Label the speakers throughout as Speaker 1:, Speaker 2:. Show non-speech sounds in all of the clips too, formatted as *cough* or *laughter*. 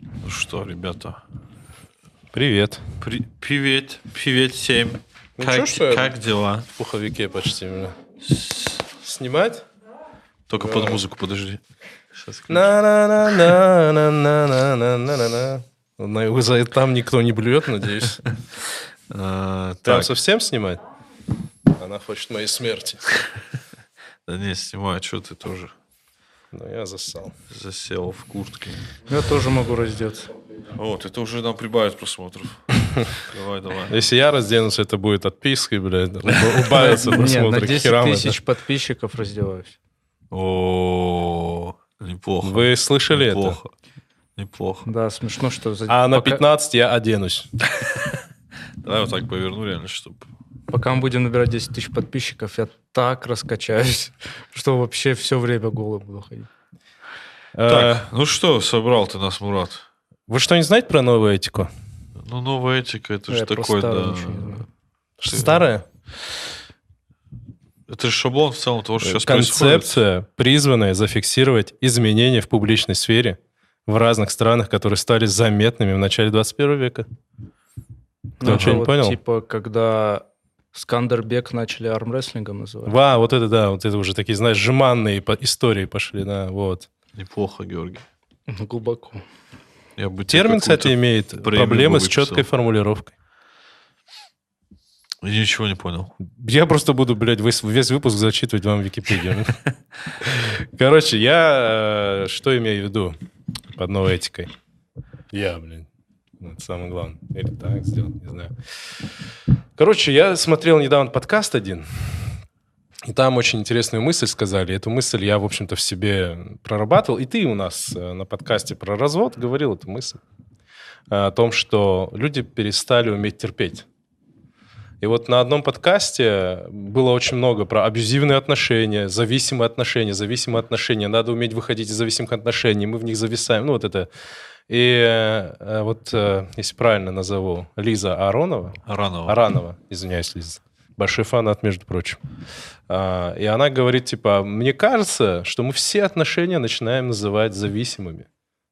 Speaker 1: Ну что, ребята?
Speaker 2: Привет.
Speaker 1: При- Привет, привет всем.
Speaker 2: Ну
Speaker 1: как,
Speaker 2: чё, что я-
Speaker 1: как дела?
Speaker 2: В пуховике почти. бля.
Speaker 1: С-
Speaker 2: Снимать?
Speaker 1: Только под музыку подожди. Сейчас включу.
Speaker 2: на на на на на на на на на на за это там никто не блюет, надеюсь.
Speaker 1: А,
Speaker 2: Там
Speaker 1: так,
Speaker 2: совсем снимать? Она хочет моей смерти.
Speaker 1: да не, снимай, что ты тоже
Speaker 2: Но Ну, я зассал.
Speaker 1: засел в куртке.
Speaker 3: Я тоже могу раздеться.
Speaker 1: Вот, это уже нам прибавит
Speaker 2: *laughs*
Speaker 1: просмотров. Давай, давай.
Speaker 2: Если я разденусь, это будет отпиской, блядь. уб- Убавится
Speaker 3: *laughs* Не, на
Speaker 2: А, просмотры к
Speaker 3: 10
Speaker 2: херам это.
Speaker 3: тысяч подписчиков раздеваюсь.
Speaker 1: О, неплохо.
Speaker 2: Вы слышали это?
Speaker 1: неплохо. Неплохо.
Speaker 3: Да, смешно, что... за-
Speaker 2: А на
Speaker 3: пока-
Speaker 2: 15 я оденусь.
Speaker 1: Давай вот так поверну реально, чтобы...
Speaker 3: Пока мы будем набирать 10 тысяч подписчиков, я так раскачаюсь, *laughs* что вообще все время голым буду ходить.
Speaker 2: Э,
Speaker 1: Так, ну что, собрал ты нас, Мурат?
Speaker 2: Вы что, не знаете про новую этику?
Speaker 1: Ну, новая этика, это
Speaker 3: Я
Speaker 1: же
Speaker 3: про
Speaker 1: такой,
Speaker 3: старое
Speaker 1: да.
Speaker 3: ничего не знаю.
Speaker 1: Ты-
Speaker 2: Старая?
Speaker 1: Это же шаблон в целом того, что сейчас происходит.
Speaker 2: Э, Концепция, призванная зафиксировать изменения в публичной сфере в разных странах, которые стали заметными в начале 21 века. Кто ничего
Speaker 3: Ну, это
Speaker 2: не
Speaker 3: вот
Speaker 2: понял?
Speaker 3: Типа, когда Скандербек начали армрестлингом называть.
Speaker 2: Ва, вот это да, вот это уже такие, знаешь, жеманные по- истории пошли, да, вот.
Speaker 1: Неплохо, Георгий.
Speaker 3: *laughs* Глубоко.
Speaker 1: Я бы тебе
Speaker 2: Термин,
Speaker 1: какую-то-
Speaker 2: кстати, имеет
Speaker 1: премию
Speaker 2: проблемы с
Speaker 1: выписал.
Speaker 2: четкой формулировкой.
Speaker 1: Я ничего не понял.
Speaker 2: Я просто буду, блядь, весь, весь выпуск зачитывать вам Википедию. Короче, я э, что имею в виду под новой этикой? Я, блин. Ну, Это самое главное. Или так сделать, не знаю. Короче, я смотрел недавно подкаст один, и там очень интересную мысль сказали. Эту мысль я, в общем-то, в себе прорабатывал. И ты у нас э, на подкасте про развод говорил эту мысль. Э, О том, что люди перестали уметь терпеть. И вот на одном подкасте было очень много про абьюзивные отношения, зависимые отношения, зависимые отношения. Надо уметь выходить из зависимых отношений, мы в них зависаем. Ну, вот это. И э, вот, э, если правильно назову, Лиза Аронова,
Speaker 1: Раново.
Speaker 2: Аранова, извиняюсь, Лиза. Большой фанат, между прочим. А, и она говорит, типа, мне кажется, что мы все отношения начинаем называть зависимыми.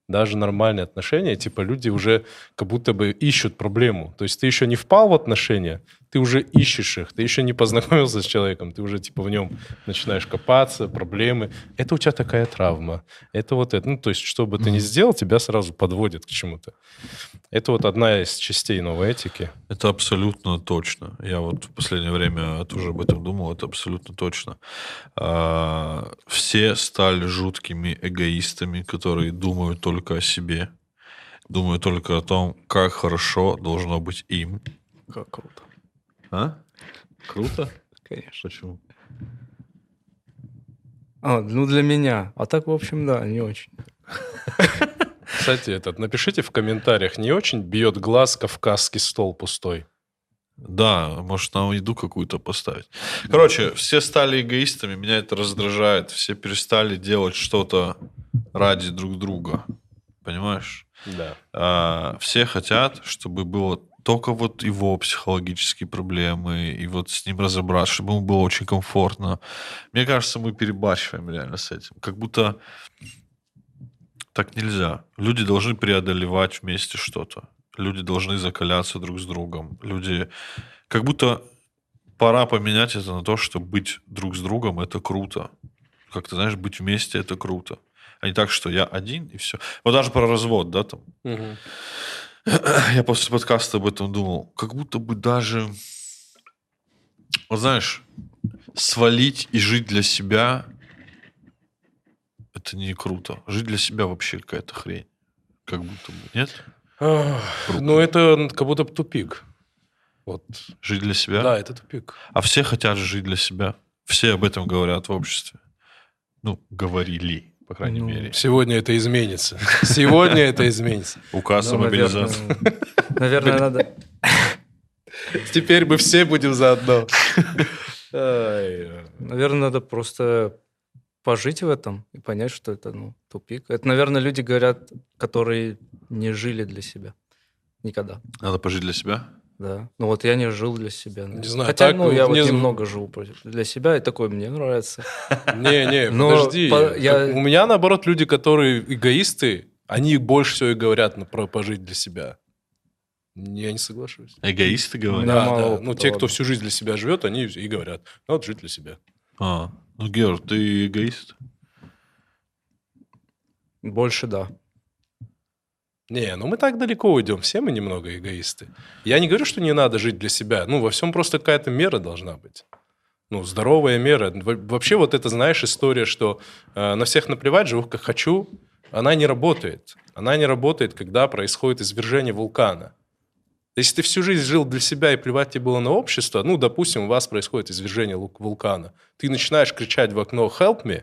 Speaker 2: Даже нормальные отношения, типа, люди уже как будто бы ищут проблему. То есть ты еще не впал в отношения, ты уже ищешь их, ты еще не познакомился с человеком, ты уже, типа, в нем начинаешь копаться, проблемы. Это у тебя такая травма. Это вот это. Ну, то есть, что бы ты ни сделал, тебя сразу подводят к чему-то. Это вот одна из частей новой этики.
Speaker 1: Это абсолютно точно. Я вот в последнее время тоже об этом думал. Это абсолютно точно. А, Все стали жуткими эгоистами, которые думают только о себе. Думают только о том, как хорошо должно быть им.
Speaker 3: Как круто.
Speaker 1: А? Круто?
Speaker 3: Конечно.
Speaker 1: Почему?
Speaker 3: А, ну для меня. А так, в общем, да, не очень.
Speaker 2: Кстати, этот, напишите в комментариях, не очень бьет глаз кавказский стол пустой.
Speaker 1: Да, может, нам еду какую-то поставить. Короче, все стали эгоистами, меня это раздражает. Все перестали делать что-то ради друг друга. Понимаешь?
Speaker 2: Да.
Speaker 1: А, все хотят, чтобы было только вот его психологические проблемы, и вот с ним разобраться, чтобы ему было очень комфортно. Мне кажется, мы перебарщиваем реально с этим. Как будто так нельзя. Люди должны преодолевать вместе что-то. Люди должны закаляться друг с другом. Люди... Как будто пора поменять это на то, что быть друг с другом – это круто. Как ты знаешь, быть вместе – это круто. А не так, что я один, и все. Вот даже про развод, да, там. Я после подкаста об этом думал. Как будто бы даже, вот знаешь, свалить и жить для себя, это не круто. Жить для себя вообще какая-то хрень. Как будто бы, нет?
Speaker 2: Ну, это как будто бы тупик. Вот.
Speaker 1: Жить для себя?
Speaker 2: Да, это тупик.
Speaker 1: А все хотят жить для себя. Все об этом говорят в обществе. Ну, говорили, по крайней
Speaker 3: Ну,
Speaker 1: мере.
Speaker 2: Сегодня это изменится. Сегодня это изменится.
Speaker 1: Указ о
Speaker 3: Ну, наверное,
Speaker 1: мобилизации.
Speaker 3: *laughs* Наверное, надо...
Speaker 2: Теперь мы все будем заодно. Ай,
Speaker 3: Наверное, надо просто пожить в этом и понять, что это ну, тупик. Это, наверное, люди говорят, которые не жили для себя. Никогда.
Speaker 1: Надо пожить для себя?
Speaker 3: Да. Ну вот я не жил для себя. наверное.
Speaker 2: Не знаю,
Speaker 3: Хотя,
Speaker 2: так,
Speaker 3: ну, я вот
Speaker 2: не зн-
Speaker 3: немного жил против- для себя, и такой, мне нравится.
Speaker 2: Не, не,
Speaker 3: Но
Speaker 2: подожди.
Speaker 3: по- я-
Speaker 2: У меня, наоборот, люди, которые эгоисты, Они больше всего и говорят на- про пожить для себя. Я не соглашусь.
Speaker 1: Эгоисты говорят?
Speaker 3: Да,
Speaker 2: Да,
Speaker 3: мало
Speaker 2: да.
Speaker 3: опыта,
Speaker 2: Ну, те, кто
Speaker 3: ладно.
Speaker 2: всю жизнь для себя живет, они и говорят, надо жить для себя.
Speaker 1: А, ну, Георг, ты эгоист?
Speaker 3: Больше да.
Speaker 2: Не, ну мы так далеко уйдем, все мы немного эгоисты. Я не говорю, что не надо жить для себя, ну во всем просто какая-то мера должна быть. Ну, здоровая мера. Во- Вообще вот это, знаешь, история, что э, на всех наплевать, живу как хочу, она не работает. Она не работает, когда происходит извержение вулкана. Если ты всю жизнь жил для себя и плевать тебе было на общество, ну, допустим, у вас происходит извержение лу- вулкана, ты начинаешь кричать в окно «Help me!»,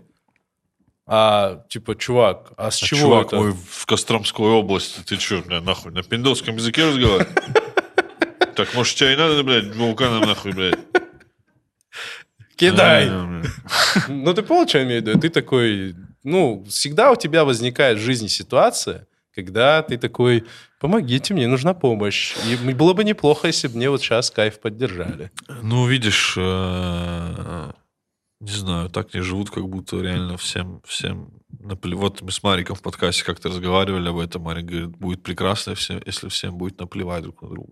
Speaker 2: а типа, чувак, а с
Speaker 1: А
Speaker 2: чего
Speaker 1: чувак
Speaker 2: это?
Speaker 1: мой в Костромской области, ты что, бля, нахуй, на пиндосском языке разговариваешь? Так, может, тебя и надо, блядь, вулканом нахуй, блядь?
Speaker 2: Кидай!
Speaker 1: Да, бля.
Speaker 2: Ну, ты понял, что я имею в виду? Ты такой... Ну, всегда у тебя возникает в жизни ситуация, когда ты такой, помогите, мне нужна помощь. И м- было бы неплохо, если бы мне вот сейчас кайф поддержали.
Speaker 1: Ну, видишь, э, не знаю, так не живут, как будто реально всем, всем наплевать. Вот мы с Мариком в подкасте как-то разговаривали об этом. Марик говорит, будет прекрасно, все- если всем будет наплевать друг на друга.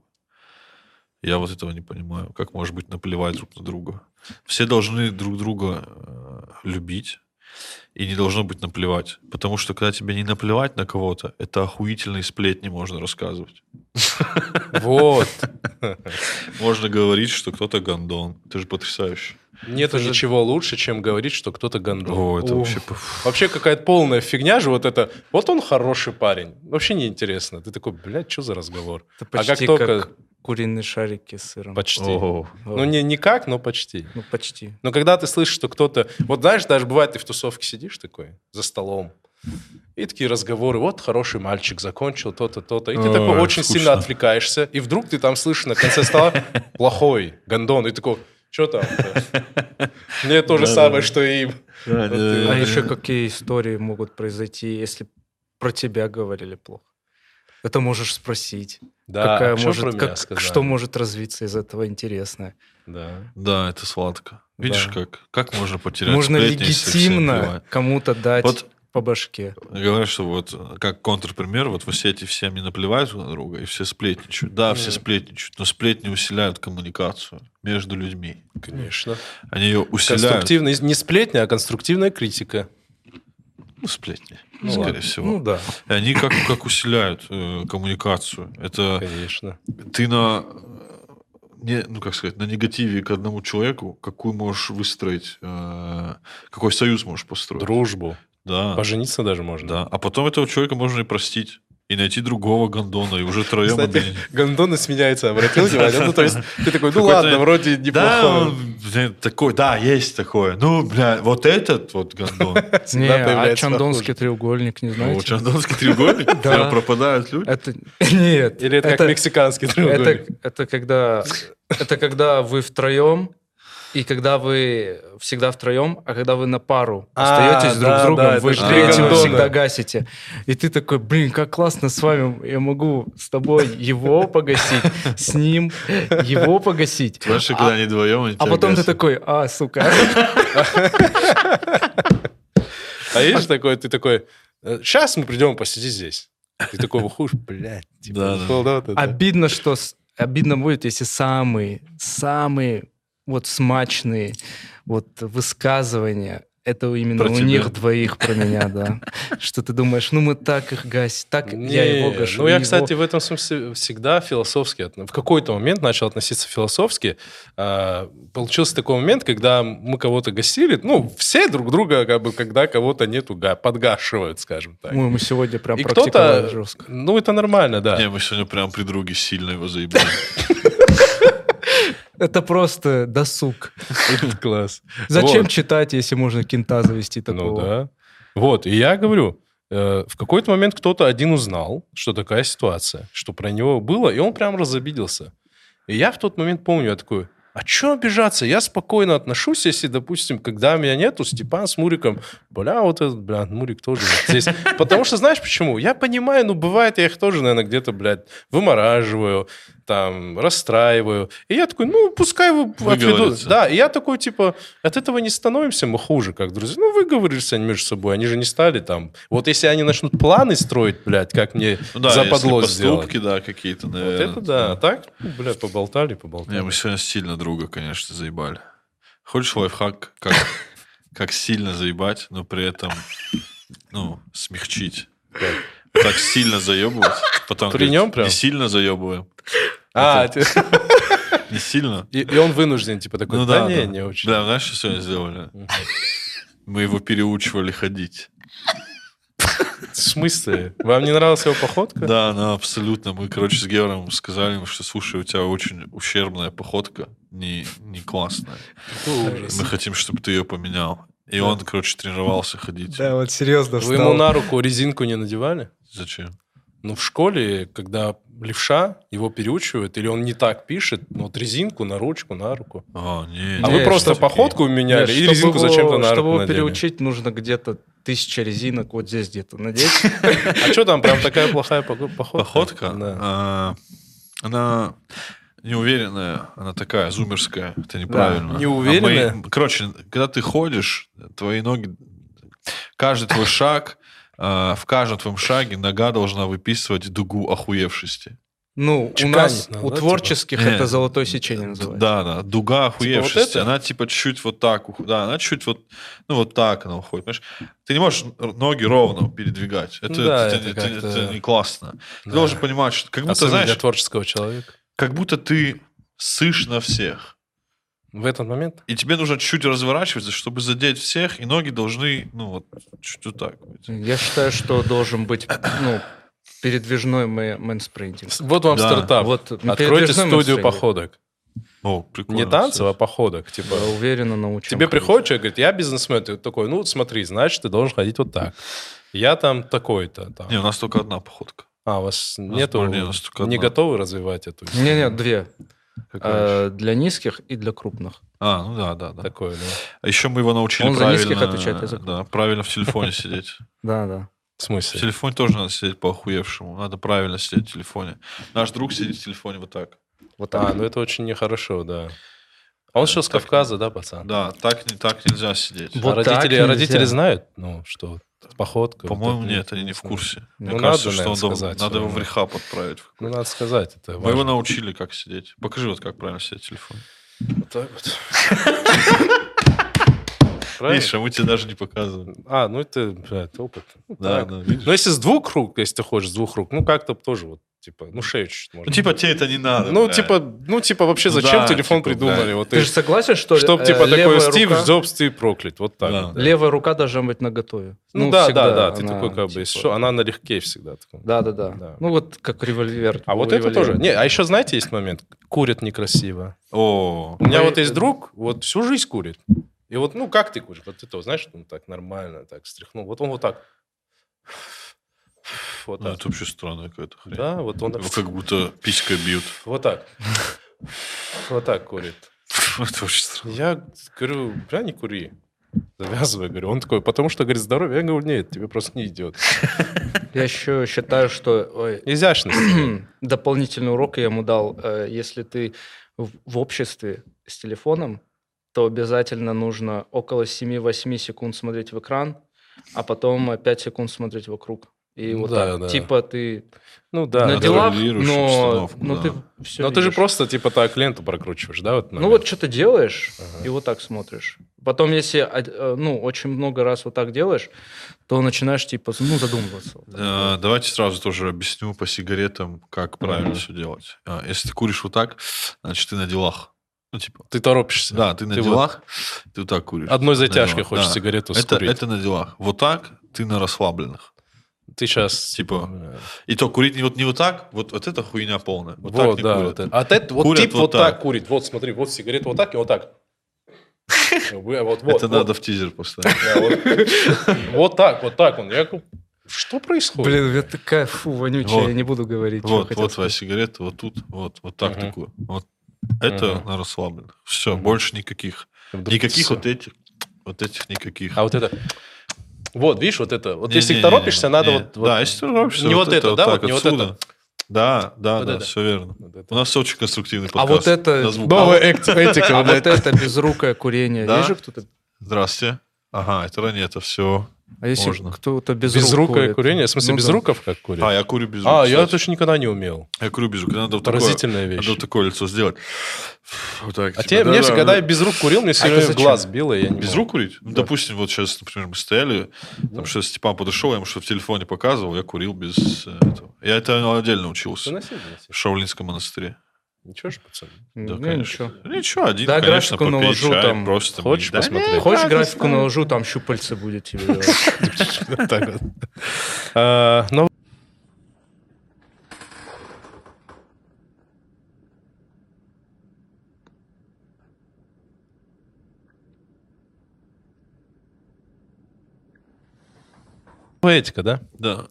Speaker 1: Я вот этого не понимаю. Как может быть наплевать друг на друга? Все должны друг друга э, любить. И не должно быть наплевать. Потому что, когда тебе не наплевать на кого-то, это охуительные сплетни можно рассказывать.
Speaker 2: Вот.
Speaker 1: Можно говорить, что кто-то гондон. Это же потрясающе.
Speaker 2: Нету
Speaker 3: Это же-
Speaker 2: ничего лучше, чем говорить, что кто-то гандон.
Speaker 1: О, это
Speaker 3: Ух.
Speaker 1: вообще... пф.
Speaker 2: Вообще какая-то полная фигня же вот это. Вот он хороший парень. Вообще неинтересно. Ты такой, блядь, что за разговор?
Speaker 3: Это
Speaker 2: А как
Speaker 3: почти
Speaker 2: только-
Speaker 3: как куриные шарики с сыром.
Speaker 2: Почти.
Speaker 1: О.
Speaker 3: Вот.
Speaker 2: Ну, не никак, но почти.
Speaker 3: Ну, почти.
Speaker 2: Но когда ты слышишь, что кто-то... Вот знаешь, даже бывает, ты в тусовке сидишь такой, за столом, и такие разговоры, вот хороший мальчик закончил то-то, то-то. И ты
Speaker 1: Ой,
Speaker 2: такой очень
Speaker 1: скучно.
Speaker 2: сильно отвлекаешься, и вдруг ты там слышишь на конце стола плохой, гондон, и такой, что там? Мне то же
Speaker 1: Да-да-да.
Speaker 2: самое, что и им. да, да.
Speaker 3: А еще какие истории могут произойти, если про тебя говорили плохо? Это можешь спросить.
Speaker 2: Да,
Speaker 3: Какая
Speaker 2: а чё про
Speaker 3: может,
Speaker 2: меня
Speaker 3: как-
Speaker 2: сказали?
Speaker 3: что может развиться из этого интересное?
Speaker 2: Да.
Speaker 1: Да, это сладко. Видишь,
Speaker 2: Да.
Speaker 1: как? Как можно потерять
Speaker 3: Можно
Speaker 1: сплетни, если всем
Speaker 3: легитимно
Speaker 1: плевать?
Speaker 3: кому-то дать
Speaker 1: Вот
Speaker 3: по башке.
Speaker 1: говорят, что вот э, как контрпример, вот в Осетии всем не наплевают друг на друга, и все сплетничают. Да, все
Speaker 2: Мгм.
Speaker 1: сплетничают, но сплетни усиляют коммуникацию между людьми.
Speaker 2: Конечно.
Speaker 1: Они ее усиляют.
Speaker 2: Конструктивная, не сплетня, а конструктивная критика.
Speaker 1: Ну, сплетни,
Speaker 2: Ну,
Speaker 1: скорее
Speaker 2: ладно.
Speaker 1: всего.
Speaker 3: Ну да.
Speaker 1: И они как, как усиляют э, коммуникацию. Это
Speaker 2: Конечно.
Speaker 1: ты на э, не, ну как сказать, на негативе к одному человеку, какую можешь выстроить, э, какой союз можешь построить.
Speaker 2: Дружбу.
Speaker 1: Да,
Speaker 2: Пожениться даже можно.
Speaker 1: да. А потом этого человека можно и простить, и найти другого гондона, и уже троем
Speaker 2: Кстати,
Speaker 1: объединить.
Speaker 2: гондоны сменяются, обратил внимание? Ну, то есть, ты такой, ну
Speaker 1: Какой-то-
Speaker 2: ладно, вроде
Speaker 1: Да,
Speaker 2: неплохо.
Speaker 1: он, блин, такой, да, есть такое. Ну, бля, вот этот вот гондон.
Speaker 3: *laughs*
Speaker 2: *laughs*
Speaker 3: Не,
Speaker 2: Всегда
Speaker 3: а
Speaker 2: появляется
Speaker 3: Чандонский треугольник, не
Speaker 1: Ну,
Speaker 3: знаете?
Speaker 1: Чандонский треугольник,
Speaker 3: *laughs* Да. Э,
Speaker 1: прям пропадают люди.
Speaker 3: Это *laughs* нет.
Speaker 2: Или это, как мексиканский треугольник?
Speaker 3: это, это когда это когда вы втроем и когда вы всегда втроем, а когда вы на пару
Speaker 2: А,
Speaker 3: остаетесь друг
Speaker 2: да,
Speaker 3: с другом,
Speaker 2: да, это
Speaker 3: вы
Speaker 2: же
Speaker 3: третьего
Speaker 1: прикольно.
Speaker 3: всегда гасите. И ты такой, блин, как классно с вами, я могу с тобой его погасить, с ним его погасить.
Speaker 1: Знаешь,
Speaker 3: А-
Speaker 1: когда они вдвоем, они
Speaker 3: а
Speaker 1: тебя
Speaker 3: потом ты
Speaker 1: гасят.
Speaker 3: такой, а, сука.
Speaker 2: А видишь, такой, ты такой, сейчас мы придем, посиди здесь. Ты такой выходишь, блядь,
Speaker 1: Да,
Speaker 2: типа,
Speaker 1: да.
Speaker 2: ну, да, вот это.
Speaker 3: Обидно, что с- обидно будет, если самые, самые вот смачные вот высказывания это именно
Speaker 1: Про
Speaker 3: у
Speaker 1: тебя.
Speaker 3: них двоих про
Speaker 2: *laughs*
Speaker 3: меня, да. Что ты думаешь, ну мы так их гасим, так я его
Speaker 2: Не,
Speaker 3: гашу.
Speaker 2: Ну, я,
Speaker 3: его.
Speaker 2: кстати, в этом смысле всегда философски, отно- в какой-то момент начал относиться философски. А, Получился такой момент, когда мы кого-то гасили, ну, все друг друга, как бы, когда кого-то нету, га- подгашивают, скажем так.
Speaker 3: Ой, мы сегодня прям
Speaker 2: И
Speaker 3: практиковали
Speaker 2: кто-то,
Speaker 3: жестко.
Speaker 2: ну, это нормально, да.
Speaker 1: Не, мы сегодня прям при друге сильно его заебали.
Speaker 3: Это просто досуг.
Speaker 2: Класс.
Speaker 3: Зачем
Speaker 2: Вот.
Speaker 3: читать, если можно кента завести
Speaker 2: Ну
Speaker 3: такого?
Speaker 2: да. Вот, и я говорю, э, в какой-то момент кто-то один узнал, что такая ситуация, что про него было, и он прям разобиделся. И я в тот момент помню, я такой, А что обижаться? Я спокойно отношусь, если, допустим, когда меня нету, Степан с Муриком, бля, вот этот, бля, Мурик тоже вот здесь. Потому что, знаешь, почему? Я понимаю, ну, бывает, я их тоже, наверное, где-то, блядь, вымораживаю, там, расстраиваю. И я такой, ну, пускай вы отведут.
Speaker 1: Выговорятся.
Speaker 2: Да, и я такой, типа, от этого не становимся мы хуже, как друзья. Ну, выговорились они между собой, они же не стали там. Вот если они начнут планы строить, блядь, как мне
Speaker 1: Ну да,
Speaker 2: западло
Speaker 1: если
Speaker 2: сделать.
Speaker 1: поступки, э, да, какие-то, наверное.
Speaker 2: Вот это да. А так, ну, бля, поболтали, поболтали.
Speaker 1: Не, мы сегодня сильно друга, конечно, заебали. Хочешь лайфхак,
Speaker 2: *laughs*
Speaker 1: как, как сильно заебать, но при этом, ну, смягчить? Так сильно заебывать, потом
Speaker 2: При
Speaker 1: говорить,
Speaker 2: нем прям?
Speaker 1: не сильно заебываем,
Speaker 2: А, ты- *laughs*
Speaker 1: не сильно.
Speaker 2: и, и он вынужден, типа, такой,
Speaker 1: Ну
Speaker 2: да,
Speaker 1: да,
Speaker 2: не,
Speaker 1: да.
Speaker 2: не очень.
Speaker 1: Да, знаешь, что сегодня сделали?
Speaker 2: Мгм.
Speaker 1: Мы его переучивали ходить.
Speaker 2: В смысле? Вам не нравилась его походка?
Speaker 1: Да, ну абсолютно. Мы, короче, с Геором сказали ему, что, слушай, у тебя очень ущербная походка, не, не классная. Мы хотим, чтобы ты ее поменял. И он, короче, тренировался ходить.
Speaker 4: Да, вот серьезно
Speaker 2: Вы ему
Speaker 4: встал.
Speaker 2: на руку резинку не надевали?
Speaker 1: Зачем?
Speaker 2: Ну, в школе, когда левша, его переучивают, или он не так пишет, ну, вот резинку на ручку, на руку.
Speaker 1: А, не,
Speaker 2: А
Speaker 1: не,
Speaker 2: вы
Speaker 1: не
Speaker 2: просто
Speaker 1: такие.
Speaker 2: походку меняли
Speaker 3: Нет,
Speaker 2: и
Speaker 3: чтобы
Speaker 2: резинку
Speaker 3: его-
Speaker 2: зачем-то на
Speaker 3: Чтобы
Speaker 2: руку
Speaker 3: его
Speaker 2: надели.
Speaker 3: переучить, нужно где-то тысяча резинок вот здесь где-то надеть.
Speaker 2: А что там, прям такая плохая пого- походка?
Speaker 1: Походка?
Speaker 2: Да.
Speaker 1: А, она неуверенная, она такая зумерская, это неправильно.
Speaker 2: неуверенная.
Speaker 1: А мои- короче, когда ты ходишь, твои ноги, каждый твой шаг, а, в каждом твоем шаге нога должна выписывать дугу охуевшести.
Speaker 3: Ну, у
Speaker 2: Чеканить
Speaker 3: нас,
Speaker 2: надо,
Speaker 3: у
Speaker 2: да,
Speaker 3: творческих
Speaker 1: типа?
Speaker 3: это
Speaker 1: Э,
Speaker 3: золотое сечение называется.
Speaker 1: Да, да, дуга охуевшести.
Speaker 2: Типа это?
Speaker 1: Она типа чуть-чуть вот так, ух- да, она чуть вот, ну вот так она уходит. Понимаешь? Ты не можешь р- ноги ровно передвигать. Это,
Speaker 2: Ну Да,
Speaker 1: это-
Speaker 2: это
Speaker 1: это-
Speaker 2: как-то-
Speaker 1: это не классно. Ты
Speaker 2: Да.
Speaker 1: должен понимать, что как будто,
Speaker 2: Особенно
Speaker 1: знаешь,
Speaker 2: для творческого человека.
Speaker 1: как будто ты сышь на всех.
Speaker 2: В этот момент?
Speaker 1: И тебе нужно чуть разворачиваться, чтобы задеть всех, и ноги должны, ну вот, чуть вот так. быть.
Speaker 3: Я считаю, что должен быть ну, передвижной мэ- мэнспрейдинг.
Speaker 2: Вот вам
Speaker 1: Да.
Speaker 2: стартап.
Speaker 3: Вот,
Speaker 2: Откройте
Speaker 3: передвижной
Speaker 2: студию
Speaker 3: мэнспрейдинг.
Speaker 2: походок.
Speaker 1: О, прикольно.
Speaker 2: Не танцев, а
Speaker 1: кстати.
Speaker 2: походок. Типа,
Speaker 3: Я уверенно научу.
Speaker 2: тебе приходит человек, говорит, я бизнесмен. Ты такой, ну, смотри, значит, ты должен ходить вот так. Я там такой-то. там.
Speaker 1: Не, у нас только одна походка.
Speaker 2: А, у вас
Speaker 1: нас
Speaker 2: нету...
Speaker 1: более, у нас только
Speaker 2: не
Speaker 1: одна.
Speaker 2: готовы развивать эту?
Speaker 3: Не, нет, две.
Speaker 2: А,
Speaker 1: Какая
Speaker 3: Э, для низких и для крупных.
Speaker 1: А, ну да, да, да.
Speaker 2: Такое, да.
Speaker 1: А еще мы его научили
Speaker 3: Он за
Speaker 1: правильно...
Speaker 3: низких отвечает, я за
Speaker 1: да, правильно в
Speaker 2: *laughs*
Speaker 1: телефоне сидеть.
Speaker 3: Да, да.
Speaker 2: В
Speaker 1: В
Speaker 2: смысле?
Speaker 1: телефоне тоже надо сидеть по-охуевшему. Надо правильно сидеть в телефоне. Наш друг сидит в телефоне вот так.
Speaker 3: Вот так.
Speaker 2: А, ну это очень нехорошо, да. А он что, с
Speaker 1: Так.
Speaker 2: Кавказа, да, пацан?
Speaker 1: Да, так, не, так нельзя сидеть.
Speaker 2: А
Speaker 3: Вот так
Speaker 2: родители,
Speaker 3: нельзя.
Speaker 2: родители знают, ну, что походка? вот
Speaker 1: По-моему,
Speaker 2: это-
Speaker 1: нет, они не в курсе.
Speaker 2: Ну,
Speaker 1: Мне
Speaker 2: надо,
Speaker 1: кажется,
Speaker 2: наверное,
Speaker 1: что он дом-
Speaker 2: сказать
Speaker 1: надо
Speaker 2: всё
Speaker 1: его в
Speaker 2: равно.
Speaker 1: рехаб отправить.
Speaker 2: Ну, надо сказать, это
Speaker 1: Мы его
Speaker 2: важно.
Speaker 1: научили, как сидеть. Покажи, вот как правильно сидеть в телефоне.
Speaker 2: Вот так вот. *laughs* Правильно?
Speaker 1: Видишь, а мы тебе даже не показываем.
Speaker 2: А, ну это, блядь, опыт. Ну,
Speaker 1: Да,
Speaker 2: так.
Speaker 1: да, видишь?
Speaker 2: Ну, если с двух рук, если ты хочешь с двух рук, ну как-то тоже вот, типа, ну шею чуть-чуть
Speaker 1: Ну,
Speaker 2: можно.
Speaker 1: типа, тебе это не надо.
Speaker 2: ну,
Speaker 1: бля.
Speaker 2: типа, ну, типа, вообще
Speaker 1: Ну
Speaker 2: зачем
Speaker 1: да,
Speaker 2: телефон
Speaker 1: типа,
Speaker 2: придумали?
Speaker 1: да.
Speaker 2: Вот
Speaker 3: Ты
Speaker 2: ты-
Speaker 3: же согласен, что ли,
Speaker 2: чтоб,
Speaker 3: э,
Speaker 2: типа, такой
Speaker 3: левая
Speaker 2: Стив
Speaker 3: рука-
Speaker 2: Джобс, ты проклят. Вот так.
Speaker 1: Да.
Speaker 2: вот.
Speaker 3: Левая рука должна быть наготове.
Speaker 2: Ну, да, да,
Speaker 3: всегда
Speaker 2: да. Ты
Speaker 3: она,
Speaker 2: такой, как бы,
Speaker 3: типа,
Speaker 2: если что, она налегке всегда. такой.
Speaker 3: Да, да, да.
Speaker 2: Да.
Speaker 3: Ну вот как револьвер.
Speaker 2: А вот это
Speaker 3: револьвер.
Speaker 2: тоже. Не, а еще, знаете, есть момент. Курят некрасиво.
Speaker 1: О,
Speaker 2: У меня
Speaker 3: Ну,
Speaker 2: вот
Speaker 3: и-
Speaker 2: есть друг, вот всю жизнь курит. И вот, ну, как ты куришь? Вот ты то, знаешь, он так нормально так стряхнул. Вот он вот так. Вот
Speaker 1: ну,
Speaker 2: так.
Speaker 1: это вообще странная какая-то хрень.
Speaker 2: Да, вот он...
Speaker 1: Его как будто писька бьют. *laughs*
Speaker 2: Вот так. Вот так курит.
Speaker 1: Это очень странно.
Speaker 2: Я говорю, бля, не кури. Завязывай, говорю. Он такой, потому что, говорит, здоровье. Я говорю, нет, тебе просто не идет.
Speaker 3: Я еще считаю, что ой,
Speaker 2: Изящность.
Speaker 3: *clears throat* дополнительный урок я ему дал. э, Если ты в в обществе с телефоном, то обязательно нужно около 7-8 секунд смотреть в экран, а потом э, 5 секунд смотреть вокруг. И
Speaker 2: Ну
Speaker 3: вот
Speaker 2: да,
Speaker 3: так.
Speaker 2: да.
Speaker 3: Типа ты
Speaker 2: Ну да.
Speaker 3: на
Speaker 1: ты
Speaker 3: делах,
Speaker 1: регулируешь
Speaker 3: но,
Speaker 1: обстановку,
Speaker 3: но
Speaker 1: да.
Speaker 3: ты все
Speaker 2: Но ты же просто типа так ленту прокручиваешь, да? Вот
Speaker 3: Ну вот что-то делаешь,
Speaker 2: Ага.
Speaker 3: и вот так смотришь. Потом, если а, э, ну, очень много раз вот так делаешь, то начинаешь типа ну, задумываться. Вот так.
Speaker 1: Э, Давайте сразу тоже объясню по сигаретам, как правильно все делать. А, Если ты куришь вот так, значит, ты на делах. Ну, типа,
Speaker 2: ты торопишься.
Speaker 1: да, ты на
Speaker 2: Ты вот-
Speaker 1: делах, ты вот так куришь.
Speaker 2: Одной затяжкой
Speaker 1: делах,
Speaker 2: хочешь
Speaker 1: да.
Speaker 2: сигарету
Speaker 1: Это,
Speaker 2: скурить.
Speaker 1: это на делах. Вот так ты на расслабленных.
Speaker 2: Ты сейчас
Speaker 1: Типа, И то курить не вот, не вот так, вот, вот эта хуйня полная. Вот,
Speaker 2: Вот,
Speaker 1: так не
Speaker 2: да,
Speaker 1: курят.
Speaker 2: вот это. А ты- вот
Speaker 1: Курят
Speaker 2: тип
Speaker 1: вот
Speaker 2: вот так.
Speaker 1: так.
Speaker 2: курит. Вот смотри, вот сигарета вот так и
Speaker 1: *laughs*
Speaker 2: вот так. Ну, бля, Вот, вот,
Speaker 1: это
Speaker 2: вот.
Speaker 1: надо в тизер поставить.
Speaker 2: *laughs* Да, вот. Вот так, вот так он. Я говорю, что происходит?
Speaker 3: Блин, я такая фу вонючая,
Speaker 1: Вот.
Speaker 3: я не буду говорить. чё
Speaker 1: Вот,
Speaker 3: хотел
Speaker 1: вот твоя
Speaker 3: сказать.
Speaker 1: сигарета, вот тут, вот, вот так
Speaker 2: Мгм.
Speaker 1: такую. Вот Это
Speaker 2: Ага.
Speaker 1: на расслабленных. Все,
Speaker 2: Мгм.
Speaker 1: больше никаких.
Speaker 2: Вдруг
Speaker 1: Никаких
Speaker 2: всё.
Speaker 1: вот этих, вот этих никаких.
Speaker 2: А вот это... Вот, видишь, вот это. Вот если
Speaker 1: Не-не-не-не-не.
Speaker 2: торопишься, надо
Speaker 1: Не.
Speaker 2: вот... вот-
Speaker 1: Да, если торопишься,
Speaker 2: Не вот это, да,
Speaker 1: так,
Speaker 2: вот не вот
Speaker 1: отсюда.
Speaker 2: это.
Speaker 1: Да, да,
Speaker 2: Вот
Speaker 1: да,
Speaker 2: это.
Speaker 1: все верно.
Speaker 2: Вот это.
Speaker 1: У нас очень конструктивный
Speaker 3: А
Speaker 1: подкаст.
Speaker 3: вот это-
Speaker 1: На звук.
Speaker 2: Новая эти- этика.
Speaker 3: А
Speaker 2: вот
Speaker 3: вот
Speaker 2: это.
Speaker 3: это безрукое курение.
Speaker 1: Да?
Speaker 3: Вижу кто-то.
Speaker 1: Здравствуйте. Ага, это ранее это все.
Speaker 3: А если
Speaker 1: Можно.
Speaker 3: кто-то без
Speaker 2: Безрукое курение. В смысле,
Speaker 3: Ну да.
Speaker 2: без руков как курить?
Speaker 1: А, я курю без рук,
Speaker 2: А, я
Speaker 1: кстати.
Speaker 2: точно никогда не умел.
Speaker 1: Я курю без рук. Надо вот такое,
Speaker 2: Поразительная вещь.
Speaker 1: надо вот такое лицо сделать. Вот так.
Speaker 2: А
Speaker 1: типа,
Speaker 2: тебе, мне
Speaker 1: да-да,
Speaker 2: всегда, когда
Speaker 1: да.
Speaker 2: я без рук курил, мне все
Speaker 3: А это
Speaker 2: время в
Speaker 3: зачем?
Speaker 2: глаз било, и я не
Speaker 1: Без
Speaker 2: мог.
Speaker 1: рук курить? Ну,
Speaker 2: Да.
Speaker 1: допустим, вот сейчас, например, мы стояли,
Speaker 2: Да.
Speaker 1: там что Степан подошел, я ему что-то в телефоне показывал, я курил без э, этого. Я это отдельно
Speaker 2: Ты
Speaker 1: учился
Speaker 2: носил,
Speaker 1: в
Speaker 2: носил.
Speaker 1: Шаулинском монастыре.
Speaker 2: Ничего ж, пацаны.
Speaker 1: Да,
Speaker 3: Ну,
Speaker 1: конечно.
Speaker 3: ничего.
Speaker 1: Ничего, один,
Speaker 3: Да,
Speaker 1: конечно,
Speaker 3: графику наложу
Speaker 1: чай,
Speaker 3: там.
Speaker 1: просто.
Speaker 2: Хочешь
Speaker 1: Да
Speaker 2: посмотреть?
Speaker 1: нет,
Speaker 3: Хочешь
Speaker 1: да,
Speaker 3: графику
Speaker 1: не знаю.
Speaker 3: наложу, там щупальца будет тебе. делать.
Speaker 1: *laughs*
Speaker 2: Так вот. А, Ну, Этика, да?
Speaker 1: Да.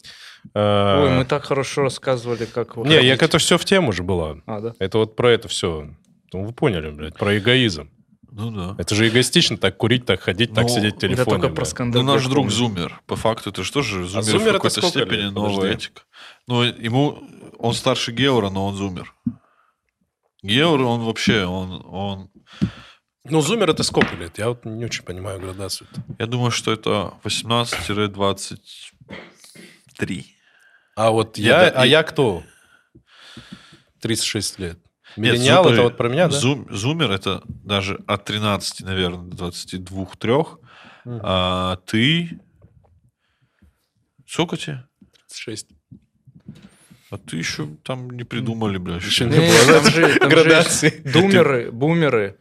Speaker 2: А,
Speaker 3: Ой, мы так хорошо рассказывали, как... вот
Speaker 2: Не, я
Speaker 3: ходить.
Speaker 2: это все в тему же было.
Speaker 3: А, да?
Speaker 2: Это вот про это все. Ну, вы поняли, блядь, про эгоизм.
Speaker 1: Ну да.
Speaker 2: Это же эгоистично так курить, так ходить, так
Speaker 1: Ну,
Speaker 2: сидеть в
Speaker 3: Я
Speaker 2: телефоне.
Speaker 3: только
Speaker 2: блядь.
Speaker 3: про скандал.
Speaker 1: Ну, наш
Speaker 3: я
Speaker 1: друг
Speaker 3: помню.
Speaker 1: Зумер. По факту это что же? Зумер,
Speaker 2: А Зумер
Speaker 1: в
Speaker 2: это
Speaker 1: какой-то
Speaker 2: сколько
Speaker 1: степени
Speaker 2: лет?
Speaker 1: новая
Speaker 2: Подожди.
Speaker 1: этика. Ну, ему... Он старше Геора, но он Зумер. Геор, он вообще, он, он...
Speaker 2: Ну, зумер это сколько лет? Я вот не очень понимаю градацию.
Speaker 1: Я думаю, что это 18-23.
Speaker 2: А вот
Speaker 1: Я-
Speaker 2: я,
Speaker 1: да,
Speaker 2: а
Speaker 1: и-
Speaker 2: я кто? 36 лет.
Speaker 1: Нет,
Speaker 2: Миллениал
Speaker 1: зумеры-
Speaker 2: это вот про меня, да?
Speaker 1: зум- зумер это даже от 13, наверное, до 22-3.
Speaker 2: Мгм.
Speaker 1: А ты... Сколько тебе?
Speaker 2: 36.
Speaker 1: А ты еще там не придумали, бля. вообще.
Speaker 2: Еще не
Speaker 3: Не,
Speaker 2: было,
Speaker 3: там же- там же
Speaker 2: Градации.
Speaker 3: есть Думеры, бумеры.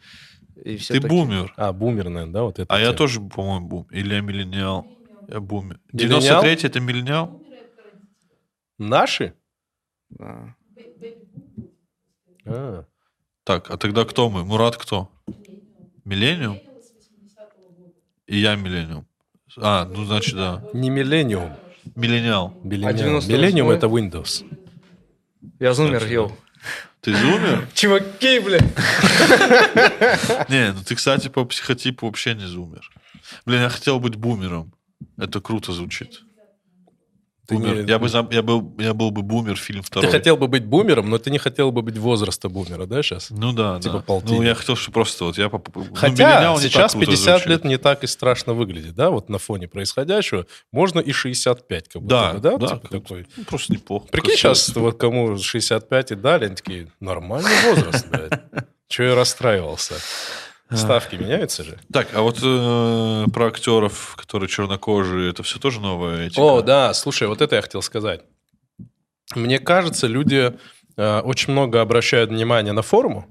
Speaker 3: И все
Speaker 1: Ты
Speaker 3: такие.
Speaker 1: бумер.
Speaker 2: А, бумер, наверное, да? Вот это
Speaker 1: А я
Speaker 2: тема.
Speaker 1: тоже, по-моему, бум. Или я миллениал. Я бумер.
Speaker 2: Миллениал?
Speaker 1: 93 это миллениал?
Speaker 2: Наши?
Speaker 3: Да.
Speaker 2: А.
Speaker 1: Так, а тогда кто мы? Мурат кто? Миллениум? И я миллениум. А, ну значит, да.
Speaker 2: Не миллениум.
Speaker 1: Миллениал.
Speaker 3: А
Speaker 2: Миллениум,
Speaker 3: 98?
Speaker 2: миллениум это Windows.
Speaker 3: Я зумер,
Speaker 1: Кстати,
Speaker 3: йоу.
Speaker 1: Ты зумер?
Speaker 3: Чуваки, бля.
Speaker 1: Не, ну ты, кстати, по психотипу вообще не зумер. Блин, я хотел быть бумером. Это круто звучит.
Speaker 2: Ты не-
Speaker 1: Бумер. Я, бы, зам- я, был, я был бы бумер, фильм
Speaker 2: Ты
Speaker 1: второй.
Speaker 2: хотел бы быть бумером, но ты не хотел бы быть возраста бумера, да, сейчас?
Speaker 1: Ну да,
Speaker 2: Типа
Speaker 1: да.
Speaker 2: полтинник.
Speaker 1: Ну я хотел, чтобы просто вот я... поп- ну,
Speaker 2: Хотя
Speaker 1: миллениал не так
Speaker 2: сейчас
Speaker 1: круто
Speaker 2: 50
Speaker 1: звучит.
Speaker 2: лет не так и страшно выглядит, да, вот на фоне происходящего. Можно и 65, как будто
Speaker 1: Да,
Speaker 2: бы,
Speaker 1: да,
Speaker 2: типа
Speaker 1: как-
Speaker 2: такой.
Speaker 1: Ну, Просто неплохо.
Speaker 2: Прикинь
Speaker 1: Красавец.
Speaker 2: сейчас, вот кому 65 и дали, они такие, нормальный
Speaker 1: *laughs*
Speaker 2: возраст, блядь. Чего я расстраивался?
Speaker 1: А.
Speaker 2: Ставки меняются же.
Speaker 1: Так, а вот э, про актеров, которые чернокожие, это все тоже новая этика?
Speaker 2: О, да, слушай, вот это я хотел сказать. Мне кажется, люди э, очень много обращают внимание на форму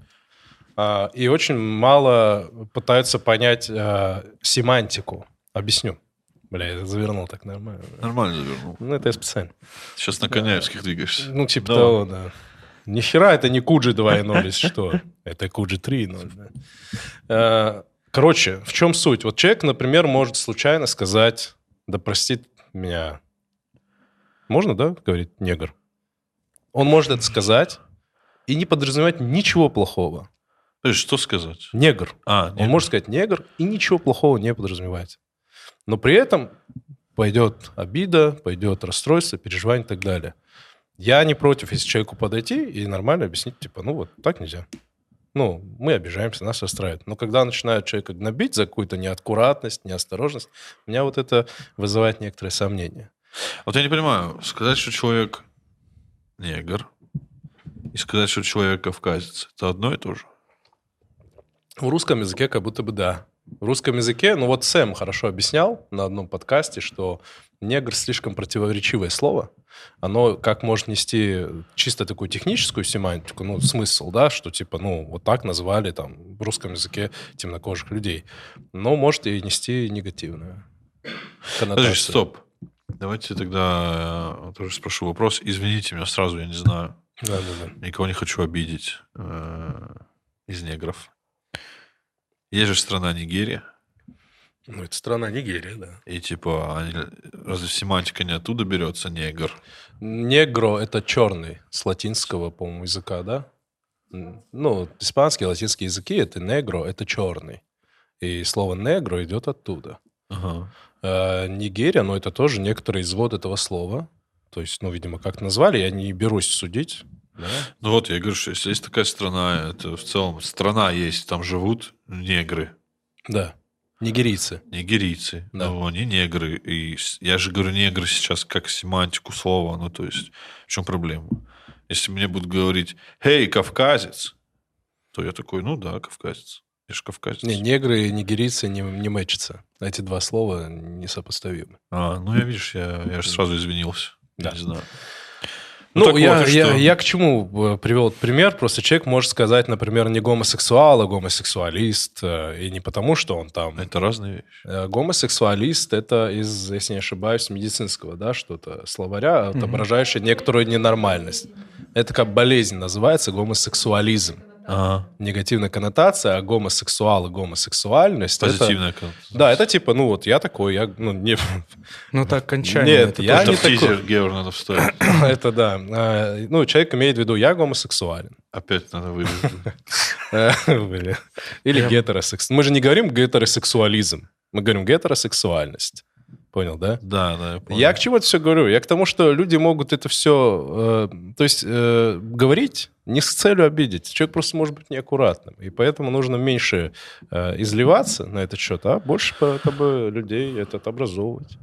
Speaker 2: а, и очень мало пытаются понять э, семантику. Объясню. Бля, я завернул так нормально.
Speaker 1: Нормально завернул.
Speaker 2: Ну, это я специально.
Speaker 1: Сейчас на Коняевских двигаешься.
Speaker 2: Ну, типа
Speaker 1: Давай.
Speaker 2: того, да. Ни хера это не Куджи 2.0, если что. Это Куджи 3.0. да. Э, Короче, в чем суть? Вот человек, например, может случайно сказать, да простит меня. Можно, да, говорить негр? Он может это сказать и не подразумевать ничего плохого.
Speaker 1: То есть, что сказать?
Speaker 2: Негр.
Speaker 1: А,
Speaker 2: Он может сказать негр и ничего плохого не подразумевать. Но при этом пойдет обида, пойдет расстройство, переживание и так далее. Я не против, если человеку подойти и нормально объяснить, типа, ну вот так нельзя. Ну, мы обижаемся, нас расстраивает. Но когда начинают человека гнобить за какую-то неаккуратность, неосторожность, у меня вот это вызывает некоторые сомнения.
Speaker 1: А Вот я не понимаю, сказать, что человек негр, и сказать, что человек кавказец, это одно и то же?
Speaker 2: В русском языке как будто бы да. В русском языке, ну вот Сэм хорошо объяснял на одном подкасте, что негр слишком противоречивое слово. Оно как может нести чисто такую техническую семантику, ну, смысл, да, что типа, ну, вот так назвали там в русском языке темнокожих людей. Но может и нести негативную коннотацию.
Speaker 1: Подожди, стоп. Давайте тогда э, тоже спрошу вопрос. Извините меня сразу, я не знаю.
Speaker 2: Да-да-да.
Speaker 1: Никого не хочу обидеть э, из негров. Есть же страна Нигерия.
Speaker 2: Ну, это страна Нигерия, да.
Speaker 1: И типа, они- разве семантика не оттуда берется, негр?
Speaker 2: Негро — это черный, с латинского, по-моему, языка, да? Ну, испанский, латинские языки — это негро, это черный. И слово негро идет оттуда.
Speaker 1: Ага.
Speaker 2: Э, Нигерия, но это тоже некоторый извод этого слова. То есть, ну, видимо, как назвали, я не берусь судить. да.
Speaker 1: Ну вот, я говорю, что если есть такая страна, это в целом страна есть, там живут негры,
Speaker 2: Да. Нигерийцы.
Speaker 1: нигерийцы,
Speaker 2: Да.
Speaker 1: но они негры. И с- я же говорю негры сейчас как семантику слова, ну то есть в чем проблема? Если мне будут говорить, «Эй, кавказец», то я такой, ну да, кавказец, я же кавказец.
Speaker 2: Не, негры и нигерийцы не, не мэчатся. Эти два слова несопоставимы.
Speaker 1: А, ну я, видишь, я, я же сразу извинился. Я
Speaker 2: Да.
Speaker 1: не знаю.
Speaker 2: Ну,
Speaker 1: так вот,
Speaker 2: я,
Speaker 1: и
Speaker 2: я,
Speaker 1: что?
Speaker 2: я к чему э, привел этот пример? Просто человек может сказать, например, не гомосексуал, а гомосексуалист. э, И не потому, что он там...
Speaker 1: а Это разные вещи.
Speaker 2: Э, Гомосексуалист – это из, если не ошибаюсь, медицинского, да, что-то, словаря,
Speaker 3: Мгм.
Speaker 2: отображающее некоторую ненормальность. Это как болезнь называется, гомосексуализм.
Speaker 1: Ага.
Speaker 2: Негативная коннотация, а гомосексуал и гомосексуальность – это...
Speaker 1: Позитивная кон-
Speaker 2: Да, это типа, ну вот, я такой, я, ну, не... *laughs*
Speaker 3: Ну так кончаем.
Speaker 2: Нет,
Speaker 3: это
Speaker 2: я
Speaker 1: Это
Speaker 2: не
Speaker 1: в тизер
Speaker 2: такой.
Speaker 1: Георг надо вставить.
Speaker 2: Это да. Э, Ну, человек имеет в виду, я гомосексуален.
Speaker 1: Опять надо
Speaker 2: *laughs*
Speaker 1: вырезать.
Speaker 2: Э, блин. Или
Speaker 3: Я-
Speaker 2: гетеросексуализм. Мы же не говорим гетеросексуализм, мы говорим гетеросексуальность. Понял, да?
Speaker 1: Да, да, я понял.
Speaker 2: Я к чему это все говорю? Я к тому, что люди могут это все, то есть э, говорить не с целью обидеть. Человек просто может быть неаккуратным. И поэтому нужно меньше э, изливаться на этот счет, а больше по- чтобы людей это образовывать.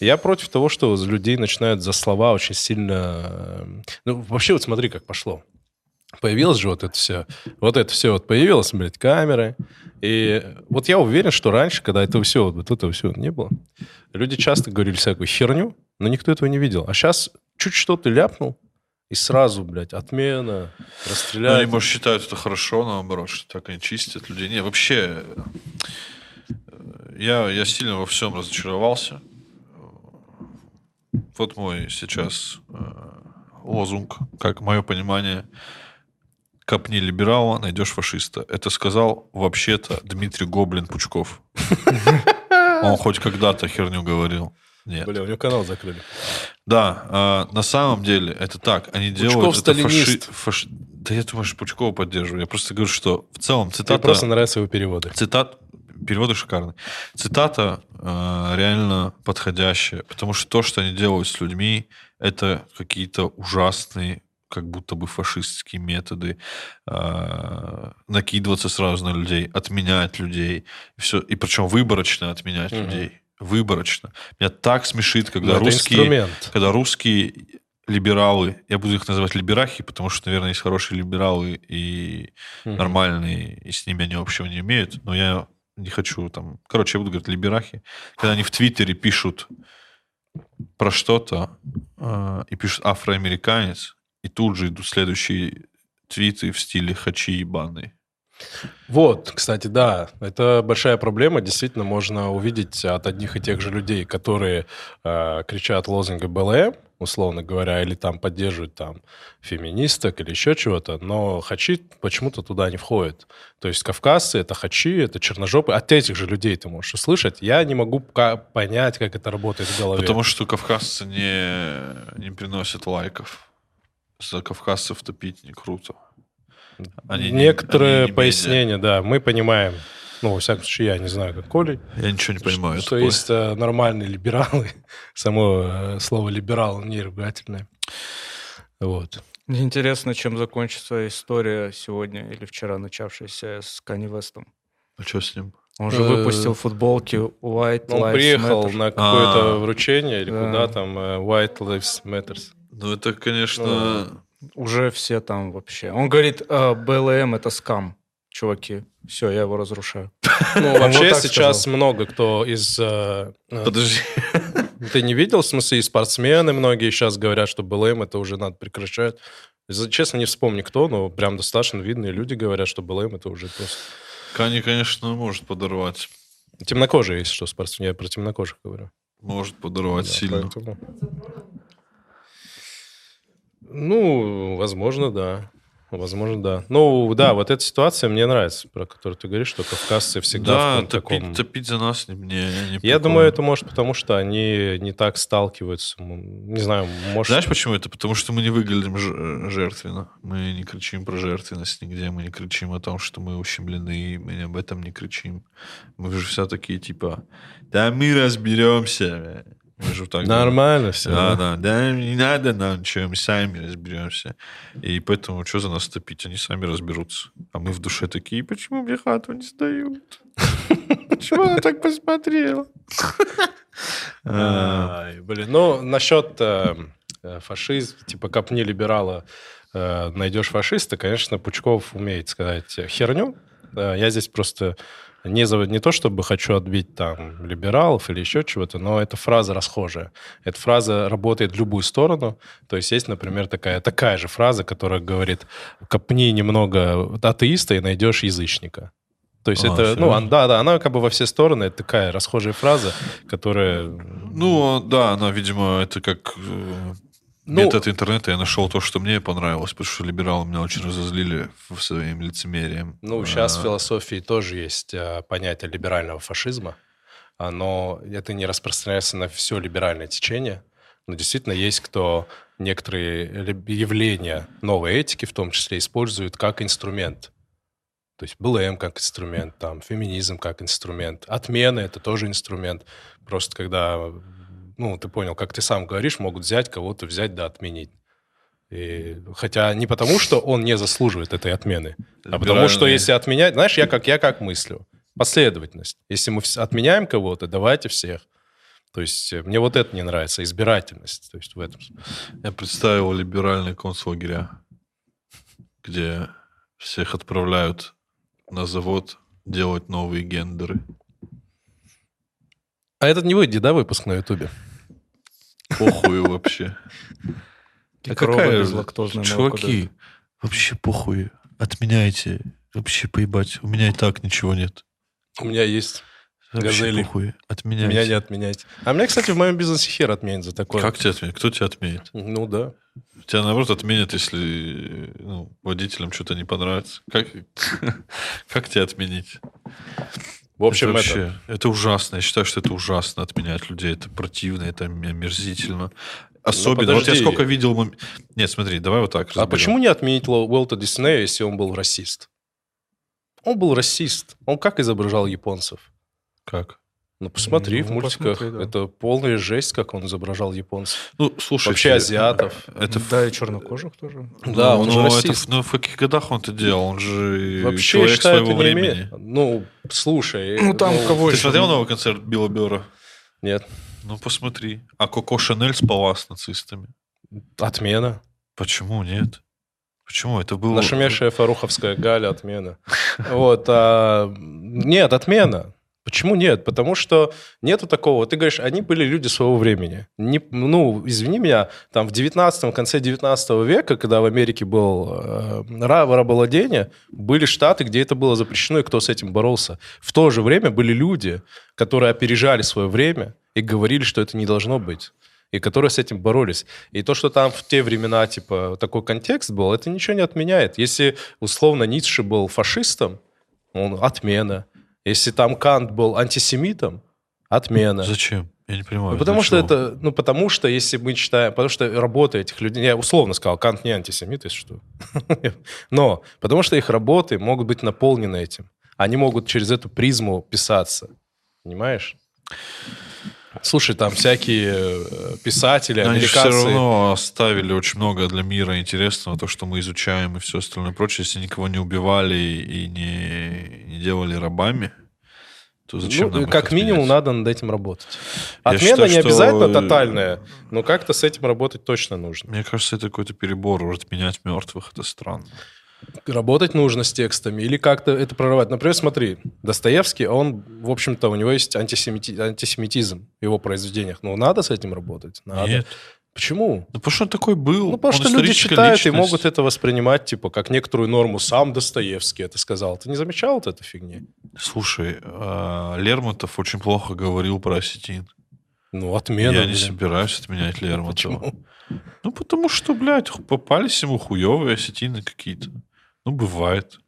Speaker 2: Я против того, что за людей начинают за слова очень сильно... э, Ну, вообще вот смотри, как пошло. Появилось же вот это все. Вот это все вот появилось, блядь, камеры. И вот я уверен, что раньше, когда этого все, вот этого всего не было, люди часто говорили всякую херню, но никто этого не видел. А сейчас чуть что ты ляпнул, и сразу, блядь, отмена,
Speaker 1: Ну,
Speaker 2: расстреляли.
Speaker 1: Они, может, считают это хорошо, наоборот, что так они чистят людей. Не, вообще, э, я, я сильно во всем разочаровался. Вот мой сейчас э, лозунг, как мое понимание, копни либерала, найдешь фашиста. Это сказал вообще-то Дмитрий Гоблин Пучков. Он хоть когда-то херню говорил. Нет.
Speaker 2: Бля, у него канал закрыли.
Speaker 1: Да, а, на самом деле это так. Они
Speaker 2: Пучков
Speaker 1: делают это фаши...
Speaker 2: сталинист.
Speaker 1: фаш- Да я думаю, что Пучкова поддерживаю. Я просто говорю, что в целом
Speaker 2: Тебе
Speaker 1: цитата...
Speaker 2: просто нравятся его переводы.
Speaker 1: Цитат... Переводы шикарные. Цитата а, реально подходящая, потому что то, что они делают с людьми, это какие-то ужасные как будто бы фашистские методы, а, накидываться сразу на людей, отменять людей, и все, и причем выборочно отменять
Speaker 2: Мгм. Ну,
Speaker 1: людей, выборочно. Меня так смешит, когда
Speaker 2: Это
Speaker 1: русские
Speaker 2: инструмент.
Speaker 1: когда русские либералы, я буду их называть либерахи, потому что, наверное, есть хорошие либералы и
Speaker 2: Мгм.
Speaker 1: нормальные, и с ними они общего не имеют, но я не хочу там... Короче, я буду говорить либерахи. Когда они в Твиттере пишут про что-то э, и пишут афроамериканец, и тут же идут следующие твиты в стиле «хачи ебаный».
Speaker 2: Вот, кстати, да, это большая проблема. Действительно, можно увидеть от одних и тех же людей, которые э, кричат лозунги БЛМ, условно говоря, или там поддерживают там феминисток или еще чего-то, но хачи почему-то туда не входят. То есть кавказцы — это хачи, это черножопы. От этих же людей ты можешь услышать. Я не могу пока понять, как это работает в голове.
Speaker 1: Потому что кавказцы не, не приносят лайков. За кавказцев топить не круто. Они не-
Speaker 2: Некоторые
Speaker 1: они не
Speaker 2: пояснения, да, мы понимаем. Ну, во всяком случае, я не знаю, как Коля.
Speaker 1: Я ничего не понимаю.
Speaker 2: Что
Speaker 1: это
Speaker 2: есть э, нормальные либералы. *laughs* Само э, слово «либерал» не ругательное. Вот.
Speaker 3: Мне интересно, чем закончится история сегодня или вчера начавшаяся с Канни Вестом.
Speaker 1: А что с ним?
Speaker 3: Он же
Speaker 2: Э,
Speaker 3: выпустил футболки White
Speaker 2: Он
Speaker 3: Lives
Speaker 2: приехал
Speaker 3: Matter.
Speaker 2: на какое-то
Speaker 1: А.
Speaker 2: вручение или
Speaker 3: Да.
Speaker 2: куда там э, White Lives Matters.
Speaker 1: Ну, это, конечно...
Speaker 2: Ну,
Speaker 3: Уже все там вообще. Он говорит, «А, БЛМ это скам, чуваки. Все, я его разрушаю.
Speaker 2: *laughs* Ну,
Speaker 3: Он
Speaker 2: вообще
Speaker 3: вот так
Speaker 2: сейчас
Speaker 3: сказал.
Speaker 2: много кто из... э, э,
Speaker 1: Подожди. *laughs*
Speaker 2: Ты не видел, в смысле, и спортсмены многие сейчас говорят, что БЛМ это уже надо прекращать. За- Честно, не вспомню кто, но прям достаточно видные люди говорят, что БЛМ это уже просто...
Speaker 1: Кани, конечно, может подорвать.
Speaker 2: Темнокожие, если что, спортсмен. Я про темнокожих говорю.
Speaker 1: Может подорвать
Speaker 2: Да,
Speaker 1: сильно.
Speaker 2: поэтому. Ну, возможно, да. Возможно, да. Ну, да, вот эта ситуация мне нравится, про которую ты говоришь, что кавказцы всегда в
Speaker 1: Да,
Speaker 2: каком-то
Speaker 1: топить,
Speaker 2: таком...
Speaker 1: топить за нас не мне. не
Speaker 2: Я
Speaker 1: прикольно.
Speaker 2: думаю, это может потому, что они не так сталкиваются. М, Не знаю, может...
Speaker 1: Знаешь, почему это? Потому что мы не выглядим ж- э, жертвенно. Мы не кричим про жертвенность нигде, мы не кричим о том, что мы ущемлены, мы об этом не кричим. Мы же все такие, типа, да мы разберемся. Мы же так говорим.
Speaker 2: Нормально все.
Speaker 1: Да, да, да, не надо нам ничего, мы сами разберемся. И поэтому, что за нас топить, они сами разберутся. А мы в душе такие, почему мне хату не сдают? Почему она так посмотрела? А,
Speaker 2: Ай, блин, ну, насчет э, э, фашизм, типа копни либерала, э, найдешь фашиста, конечно, Пучков умеет сказать херню. Да, я здесь просто не, за- не то, чтобы хочу отбить там либералов или еще чего-то, но эта фраза расхожая. Эта фраза работает в любую сторону. То есть есть, например, такая, такая же фраза, которая говорит «копни немного атеиста и найдешь язычника». То есть
Speaker 1: А,
Speaker 2: это, ну,
Speaker 1: серьезно?
Speaker 2: он- да, да, она как бы во все стороны, это такая расхожая фраза, которая...
Speaker 1: Ну, да, она, видимо, это как э,
Speaker 2: Ну,
Speaker 1: метод интернета. Я нашел то, что мне понравилось, потому что либералы меня очень разозлили в- своим лицемерием.
Speaker 2: Ну, сейчас
Speaker 1: А,
Speaker 2: в философии тоже есть э, понятие либерального фашизма. Оно, это не распространяется на все либеральное течение. Но действительно есть кто некоторые ли- явления новой этики в том числе используют как инструмент. То есть БЛМ как инструмент, там, феминизм как инструмент, отмена это тоже инструмент. Просто когда, ну, ты понял, как ты сам говоришь, могут взять кого-то, взять да отменить. И, хотя не потому, что он не заслуживает этой отмены, а потому что
Speaker 1: либеральные.
Speaker 2: если отменять, знаешь, я как я как мыслю, последовательность. Если мы вс- отменяем кого-то, давайте всех. То есть э, мне вот это не нравится, избирательность. То есть в этом. смысле.
Speaker 1: Я представил либеральные концлагеря, где всех отправляют на завод делать новые гендеры.
Speaker 2: А этот не выйдет, да, выпуск на Ютубе?
Speaker 1: Похуй
Speaker 2: *laughs*
Speaker 1: вообще. Да какая же-
Speaker 3: безлактозная
Speaker 1: Чуваки, вообще похуй. Отменяйте. Вообще поебать. У меня и так ничего нет.
Speaker 2: У меня есть.
Speaker 1: Вообще
Speaker 2: Газели.
Speaker 1: похуй.
Speaker 2: Меня не
Speaker 1: Отменяйте.
Speaker 2: отменять. А меня, кстати, в моем бизнесе хер отменят за такое.
Speaker 1: Как тебя отменят? Кто тебя отменит?
Speaker 2: Ну да.
Speaker 1: Тебя, наоборот, отменят, если ну, водителям что-то не понравится. Как, *laughs* как тебя отменить?
Speaker 2: В общем,
Speaker 1: это,
Speaker 2: это.
Speaker 1: вообще, это... ужасно. Я считаю, что это ужасно отменять людей. Это противно, это омерзительно. Особенно. вот я
Speaker 2: Ну, подожди.
Speaker 1: сколько видел... мом- Нет, смотри, давай вот так
Speaker 2: А
Speaker 1: разберем.
Speaker 2: почему не отменить Ло- Уолта Диснея, если он был расист? Он был расист. Он как изображал японцев?
Speaker 1: Как?
Speaker 2: Ну, посмотри,
Speaker 3: Ну,
Speaker 2: в мультиках.
Speaker 3: посмотри, да.
Speaker 2: Это полная жесть, как он изображал японцев.
Speaker 1: Ну, слушай...
Speaker 2: Вообще азиатов.
Speaker 1: Это
Speaker 3: да, и чернокожих
Speaker 2: *laughs*
Speaker 3: тоже.
Speaker 2: Да, он же
Speaker 1: ну, это
Speaker 2: расист.
Speaker 1: в- ну, в каких годах он это делал? Он же
Speaker 2: Вообще, я
Speaker 1: человек
Speaker 2: считаю,
Speaker 1: своего
Speaker 2: это не
Speaker 1: времени.
Speaker 2: имеет. Ну, слушай.
Speaker 3: Ну, там кого
Speaker 1: Ты
Speaker 3: еще?
Speaker 1: смотрел новый концерт Билла Бера?
Speaker 2: Нет.
Speaker 1: Ну, посмотри. А Коко Шанель спала с нацистами.
Speaker 2: Отмена.
Speaker 1: Почему нет? Почему? Это было...
Speaker 2: Нашумевшая Фаруховская Галя отмена. Вот. а, Нет, отмена. Почему нет? Потому что нету такого. Ты говоришь, они были люди своего времени. Не- ну, извини меня, там в 19 конце 19 века, когда в Америке было э, ра- рабовладение, были штаты, где это было запрещено, и кто с этим боролся. В то же время были люди, которые опережали свое время и говорили, что это не должно быть, и которые с этим боролись. И то, что там в те времена, типа, такой контекст был, это ничего не отменяет. Если, условно, Ницше был фашистом, он отмена. Если там Кант был антисемитом, отмена.
Speaker 1: Зачем? Я не понимаю.
Speaker 2: Ну, потому
Speaker 1: для
Speaker 2: что
Speaker 1: чего?
Speaker 2: это, ну, потому что, если мы читаем, потому что работа этих людей, я условно сказал, Кант не антисемит, если что. *laughs* Но, потому что их работы могут быть наполнены этим. Они могут через эту призму писаться. Понимаешь? Слушай, там всякие э, писатели,
Speaker 1: Но Они же все
Speaker 2: американцы.
Speaker 1: равно оставили очень много для мира интересного, то, что мы изучаем и все остальное прочее. Если никого не убивали и не, не делали рабами, то зачем
Speaker 2: Ну,
Speaker 1: нам их
Speaker 2: как минимум
Speaker 1: отменять?
Speaker 2: надо над этим работать.
Speaker 1: Я
Speaker 2: Отмена
Speaker 1: считаю,
Speaker 2: не
Speaker 1: что- э,
Speaker 2: обязательно тотальная, но как-то с этим работать точно нужно.
Speaker 1: Мне кажется, это какой-то перебор, уже отменять мертвых, это странно.
Speaker 2: Работать нужно с текстами или как-то это прорывать. Например, смотри, Достоевский, он, в общем-то, у него есть антисемити- антисемитизм в его произведениях. Ну, надо с этим работать? Надо.
Speaker 1: Нет.
Speaker 2: Почему?
Speaker 1: Ну, потому что он такой был.
Speaker 2: Ну,
Speaker 1: Он
Speaker 2: потому что люди
Speaker 1: историческая
Speaker 2: читают и
Speaker 1: личность.
Speaker 2: могут это воспринимать, типа, как некоторую норму. Сам Достоевский это сказал. Ты не замечал вот этой фигни?
Speaker 1: Слушай, а, Лермонтов очень плохо говорил про осетин.
Speaker 2: Ну, отмена.
Speaker 1: я не
Speaker 2: блин.
Speaker 1: собираюсь отменять Лермонтова.
Speaker 2: Почему?
Speaker 1: Ну, потому что, блядь, ху- попались ему хуевые осетины какие-то. Ну, бывает.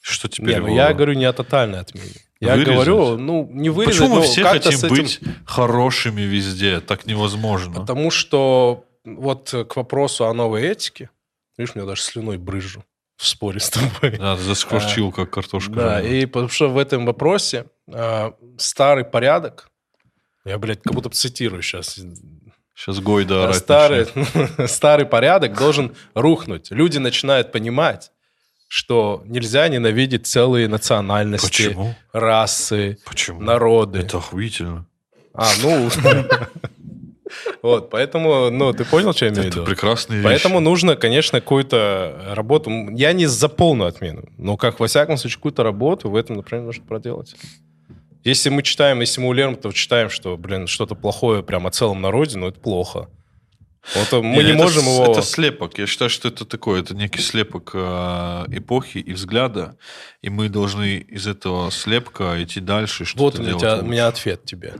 Speaker 1: Что теперь
Speaker 2: Не, ну
Speaker 1: его-
Speaker 2: я говорю не о тотальной отмене. Я
Speaker 1: Вырезать?
Speaker 2: говорю, ну, не вырезать,
Speaker 1: Почему мы
Speaker 2: но
Speaker 1: все
Speaker 2: как-то
Speaker 1: хотим
Speaker 2: с этим-
Speaker 1: быть хорошими везде? Так невозможно.
Speaker 2: Потому что вот э, к вопросу о новой этике, видишь, меня даже слюной брызжу в споре
Speaker 1: *laughs*
Speaker 2: с тобой.
Speaker 1: Да, заскорчил, как картошка.
Speaker 2: Да,
Speaker 1: жареная.
Speaker 2: и потому что в этом вопросе э, старый порядок, я, блядь, как будто цитирую сейчас,
Speaker 1: Сейчас Гойда орать
Speaker 2: старый,
Speaker 1: начнет.
Speaker 2: *laughs* старый порядок должен рухнуть. Люди начинают понимать, что нельзя ненавидеть целые национальности,
Speaker 1: Почему?
Speaker 2: расы,
Speaker 1: Почему?
Speaker 2: народы.
Speaker 1: Это охуительно.
Speaker 2: А, ну... *laughs* Вот, поэтому, ну, ты понял, что я имею в
Speaker 1: Это
Speaker 2: виду?
Speaker 1: прекрасные
Speaker 2: Поэтому ну,
Speaker 1: вещи.
Speaker 2: нужно, конечно, какую-то э, работу. М, Я не за полную отмену, но, как во всяком случае, какую-то работу в этом направлении нужно проделать. Если мы читаем, если мы у Лермонтова читаем, что, блин, что-то плохое прямо о целом народе, ну, это плохо. Вот э, мы не
Speaker 1: это
Speaker 2: можем
Speaker 1: с-
Speaker 2: его...
Speaker 1: Это слепок. Я считаю, что это такое. Это некий слепок э, эпохи и взгляда. И мы должны из этого слепка идти дальше. и
Speaker 2: Вот
Speaker 1: что-то
Speaker 2: у
Speaker 1: делать
Speaker 2: меня, у
Speaker 1: лучше.
Speaker 2: меня ответ тебе.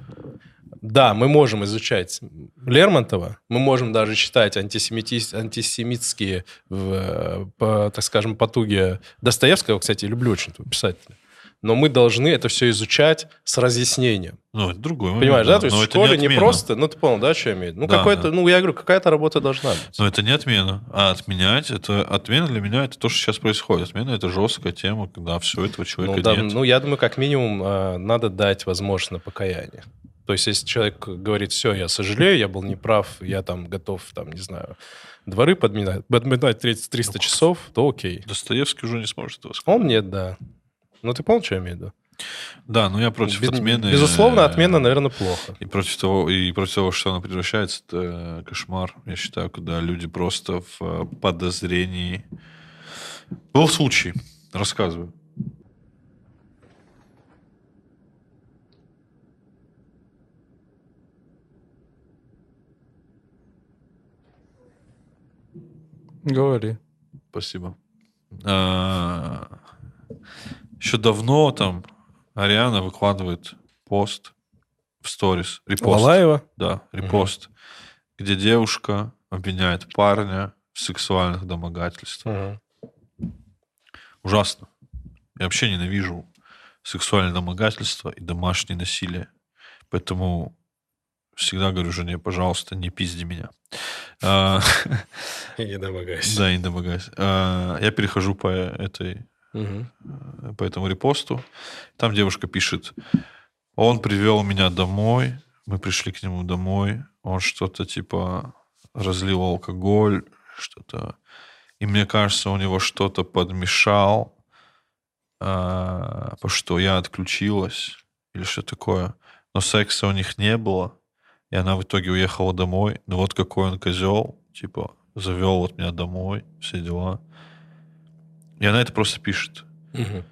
Speaker 2: Да, мы можем изучать Лермонтова, мы можем даже читать антисемитис- антисемитские, э, по- так скажем, потуги Достоевского. Кстати, я люблю очень этого писателя. Но мы должны это все изучать с разъяснением.
Speaker 1: Ну, это другой момент,
Speaker 2: Понимаешь, да? То есть
Speaker 1: но
Speaker 2: в
Speaker 1: это
Speaker 2: школе не,
Speaker 1: отмена.
Speaker 2: просто... Ну, ты понял, да, что я имею в виду? Ну,
Speaker 1: Да,
Speaker 2: какой-то,
Speaker 1: да.
Speaker 2: ну, я говорю, какая-то работа должна быть.
Speaker 1: Но это не отмена. А отменять, это отмена для меня, это то, что сейчас происходит. Отмена – это жесткая тема, когда все этого человека
Speaker 2: Ну, да,
Speaker 1: нет.
Speaker 2: ну, я думаю, как минимум э, надо дать возможность на покаяние. То есть, если человек говорит, все, я сожалею, я был неправ, я там готов, там, не знаю, дворы подминать, подминать 30
Speaker 1: Ну,
Speaker 2: 300 часов, то окей.
Speaker 1: Достоевский уже не сможет этого сказать.
Speaker 2: Он нет, да. Ну, ты понял, что я имею в виду?
Speaker 1: Да, но я против
Speaker 2: Бед-
Speaker 1: отмены. э,
Speaker 2: Безусловно, отмена,
Speaker 1: наверное.
Speaker 2: наверное, плохо.
Speaker 1: И против того, и против того, что она превращается, это кошмар, я считаю, когда люди просто в э, подозрении. Был случай, рассказываю.
Speaker 3: *clears throat* Говори.
Speaker 1: Спасибо. А, Еще давно там Ариана выкладывает пост в сторис. Репост.
Speaker 2: Лалаева?
Speaker 1: Да, репост. Где девушка обвиняет парня в сексуальных домогательствах.
Speaker 2: Мгм.
Speaker 1: Ужасно. Я вообще ненавижу сексуальное домогательство и домашнее насилие. Поэтому всегда говорю жене, пожалуйста, не пизди меня. А, *laughs*
Speaker 2: И не домогайся.
Speaker 1: Да, не домогайся. А, Я перехожу по этой
Speaker 2: Мгм.
Speaker 1: э, по этому репосту. Там девушка пишет, он привел меня домой, мы пришли к нему домой, он что-то типа разлил алкоголь, что-то. И мне кажется, у него что-то подмешал, а, потому что я отключилась или что такое. Но секса у них не было, и она в итоге уехала домой. Ну вот какой он козел, типа завел вот меня домой, все дела. И она это просто пишет.
Speaker 2: Мгм.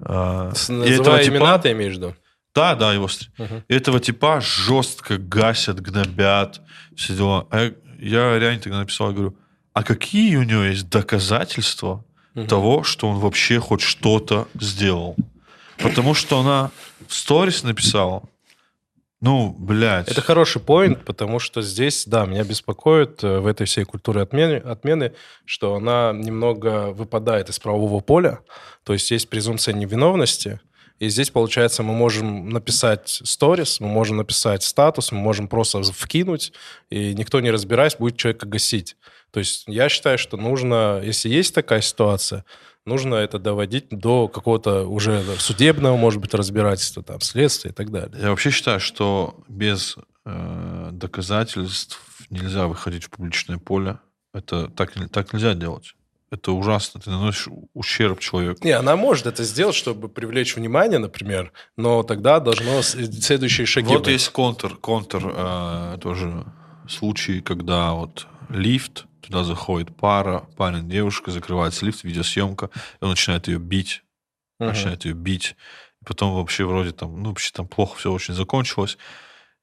Speaker 1: А,
Speaker 2: С-
Speaker 1: и
Speaker 2: Называя
Speaker 1: типа-
Speaker 2: имена, ты имеешь в виду?
Speaker 1: Да, да, его встр-
Speaker 2: Мгм.
Speaker 1: этого типа жестко гасят, гнобят, все дела. А я, я реально тогда написал, я говорю, а какие у него есть доказательства
Speaker 2: Мгм.
Speaker 1: того, что он вообще хоть что-то сделал? Потому что она в сторис написала, ну, блядь.
Speaker 2: Это хороший поинт, потому что здесь, да, меня беспокоит э, в этой всей культуре отмены, отмены, что она немного выпадает из правового поля, то есть есть презумпция невиновности, и здесь, получается, мы можем написать сторис, мы можем написать статус, мы можем просто вкинуть, и никто не разбираясь будет человека гасить. То есть я считаю, что нужно, если есть такая ситуация, нужно это доводить до какого-то уже судебного, может быть, разбирательства, там, следствия и так далее.
Speaker 1: Я вообще считаю, что без э, доказательств нельзя выходить в публичное поле. Это так, не- так нельзя делать. Это ужасно. Ты наносишь у- ущерб человеку.
Speaker 2: Не, она может это сделать, чтобы привлечь внимание, например, но тогда должно с- э, следующие шаги
Speaker 1: вот
Speaker 2: быть.
Speaker 1: есть контр, контр э, тоже случаи, когда вот лифт, туда заходит пара, парень, девушка, закрывается лифт, видеосъемка, и он начинает ее бить.
Speaker 2: Мгм.
Speaker 1: начинает ее бить. И Потом вообще вроде там, ну, вообще там плохо все очень закончилось.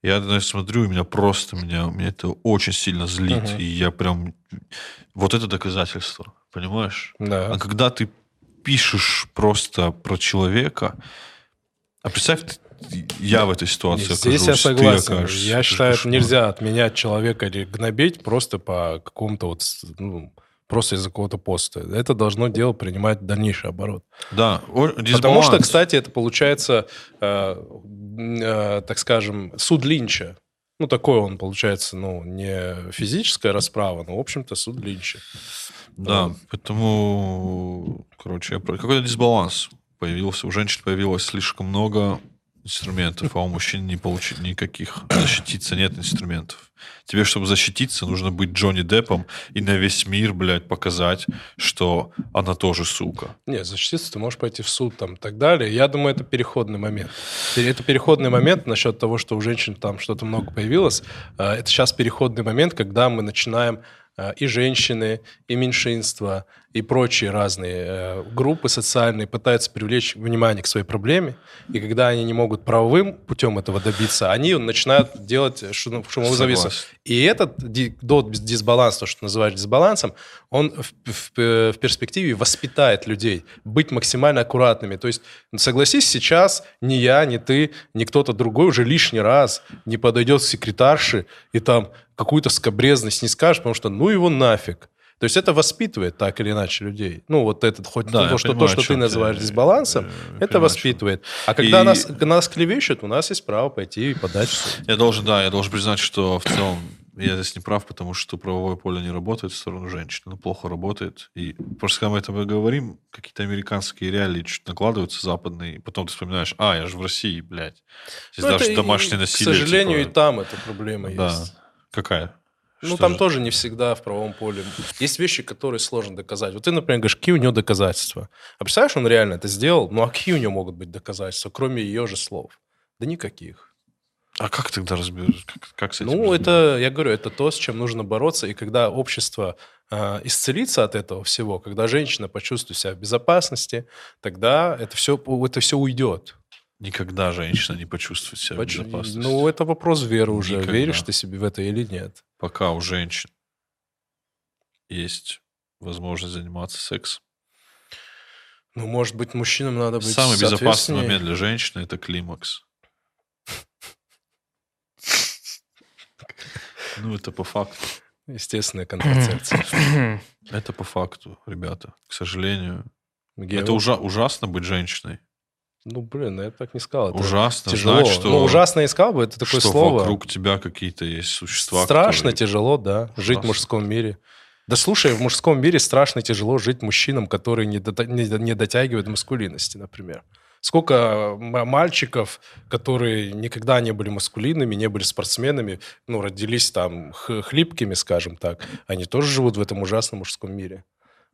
Speaker 1: Я на это смотрю, и меня просто, меня, меня это очень сильно злит.
Speaker 2: Мгм.
Speaker 1: И я прям... Вот это доказательство, понимаешь?
Speaker 2: Да.
Speaker 1: А когда ты пишешь просто про человека... А представь, ты, я в этой ситуации
Speaker 2: Здесь я
Speaker 1: окажусь, ты ну,
Speaker 2: согласен.
Speaker 1: окажешься.
Speaker 2: Я
Speaker 1: Это же
Speaker 2: считаю,
Speaker 1: кошмар.
Speaker 2: нельзя отменять человека или гнобить просто по какому-то вот, с- ну, просто из-за какого-то поста. Это должно дело принимать дальнейший оборот.
Speaker 1: Да, о-
Speaker 2: Потому что,
Speaker 1: дисбаланс.
Speaker 2: кстати, это получается, э, м, э, так скажем, суд Линча. Ну, такой он, получается, ну, не физическая расправа, но, в общем-то, суд Линча.
Speaker 1: Да, поэтому, короче, я про- какой-то дисбаланс появился. У женщин появилось слишком много инструментов, а у мужчин не получить никаких. Защититься нет инструментов. Тебе, чтобы защититься, нужно быть Джонни Деппом и на весь мир, блядь, показать, что она тоже сука.
Speaker 2: Не, защититься ты можешь пойти в суд там и так далее. Я думаю, это переходный момент. Пере- Это переходный момент насчет того, что у женщин там что-то много появилось. Э, Это сейчас переходный момент, когда мы начинаем э, и женщины, и меньшинства, и прочие разные э, группы социальные пытаются привлечь внимание к своей проблеме, и когда они не могут правовым путем этого добиться, они начинают делать шу- шумовую завесу.
Speaker 1: Согласен.
Speaker 2: И этот ди- дот- дисбаланс, то, что ты называешь дисбалансом, он в, в- э, в перспективе воспитает людей быть максимально аккуратными. То есть, ну, согласись, сейчас ни я, ни ты, ни кто-то другой уже лишний раз не подойдет к секретарше и там какую-то скобрезность не скажешь, потому что ну его нафиг. То есть это воспитывает так или иначе людей. Ну вот этот, хоть
Speaker 1: Да,
Speaker 2: ну,
Speaker 1: я
Speaker 2: то, что,
Speaker 1: понимаю,
Speaker 2: то,
Speaker 1: о
Speaker 2: что ты
Speaker 1: чем
Speaker 2: называешь
Speaker 1: ты,
Speaker 2: дисбалансом,
Speaker 1: э,
Speaker 2: это
Speaker 1: понимаю, о чем ты.
Speaker 2: воспитывает. А когда
Speaker 1: И-
Speaker 2: нас, нас клевещут, у нас есть право пойти и подать в суд.
Speaker 1: Я должен, да, я должен признать, что в целом я здесь не прав, потому что правовое поле не работает в сторону женщин, оно плохо работает. И просто когда мы это говорим, какие-то американские реалии чуть накладываются, западные, и потом ты вспоминаешь, а, я же в России, блядь. Здесь
Speaker 2: Ну, это
Speaker 1: даже
Speaker 2: и-
Speaker 1: домашнее насилие.
Speaker 2: К сожалению,
Speaker 1: типа,
Speaker 2: и там эта проблема
Speaker 1: Да.
Speaker 2: есть.
Speaker 1: Какая?
Speaker 2: Ну,
Speaker 1: Что
Speaker 2: там
Speaker 1: же?
Speaker 2: тоже не всегда в правом поле. Есть вещи, которые сложно доказать. Вот ты, например, говоришь, какие у него доказательства? А представляешь, он реально это сделал? Ну, а какие у него могут быть доказательства, кроме ее же слов? Да никаких.
Speaker 1: А как тогда разберешь? Как, как с этим?
Speaker 2: Ну,
Speaker 1: разбираться?
Speaker 2: это, я говорю, это то, с чем нужно бороться. И когда общество э, исцелится от этого всего, когда женщина почувствует себя в безопасности, тогда это все, это все уйдет.
Speaker 1: Никогда женщина не почувствует себя
Speaker 2: Поч-
Speaker 1: в безопасности.
Speaker 2: Ну, это вопрос веры уже.
Speaker 1: Никогда.
Speaker 2: Веришь ты себе в это или нет?
Speaker 1: Пока у женщин есть возможность заниматься сексом.
Speaker 2: Ну, может быть, мужчинам надо быть
Speaker 1: Самый безопасный
Speaker 2: соответственнее.
Speaker 1: момент для женщины – это климакс. Ну, это по факту.
Speaker 2: Естественная контрацепция.
Speaker 1: Это по факту, ребята. К сожалению.
Speaker 2: Гео.
Speaker 1: Это ужа- ужасно быть женщиной.
Speaker 2: Ну, блин, я бы так не сказал. Это
Speaker 1: ужасно
Speaker 2: тяжело.
Speaker 1: знать, что,
Speaker 2: Ну, ужасно искал бы, это такое
Speaker 1: что
Speaker 2: слово.
Speaker 1: вокруг тебя какие-то есть существа.
Speaker 2: страшно,
Speaker 1: которые-
Speaker 2: тяжело, да, жить в
Speaker 1: Ужасно.
Speaker 2: мужском мире. Да слушай, в мужском мире страшно тяжело жить мужчинам, которые не, дота- не до- не дотягивают до маскулинности, например. Сколько м- мальчиков, которые никогда не были маскулинными, не были спортсменами, ну, родились там х- хлипкими, скажем так, они тоже живут в этом ужасном мужском мире.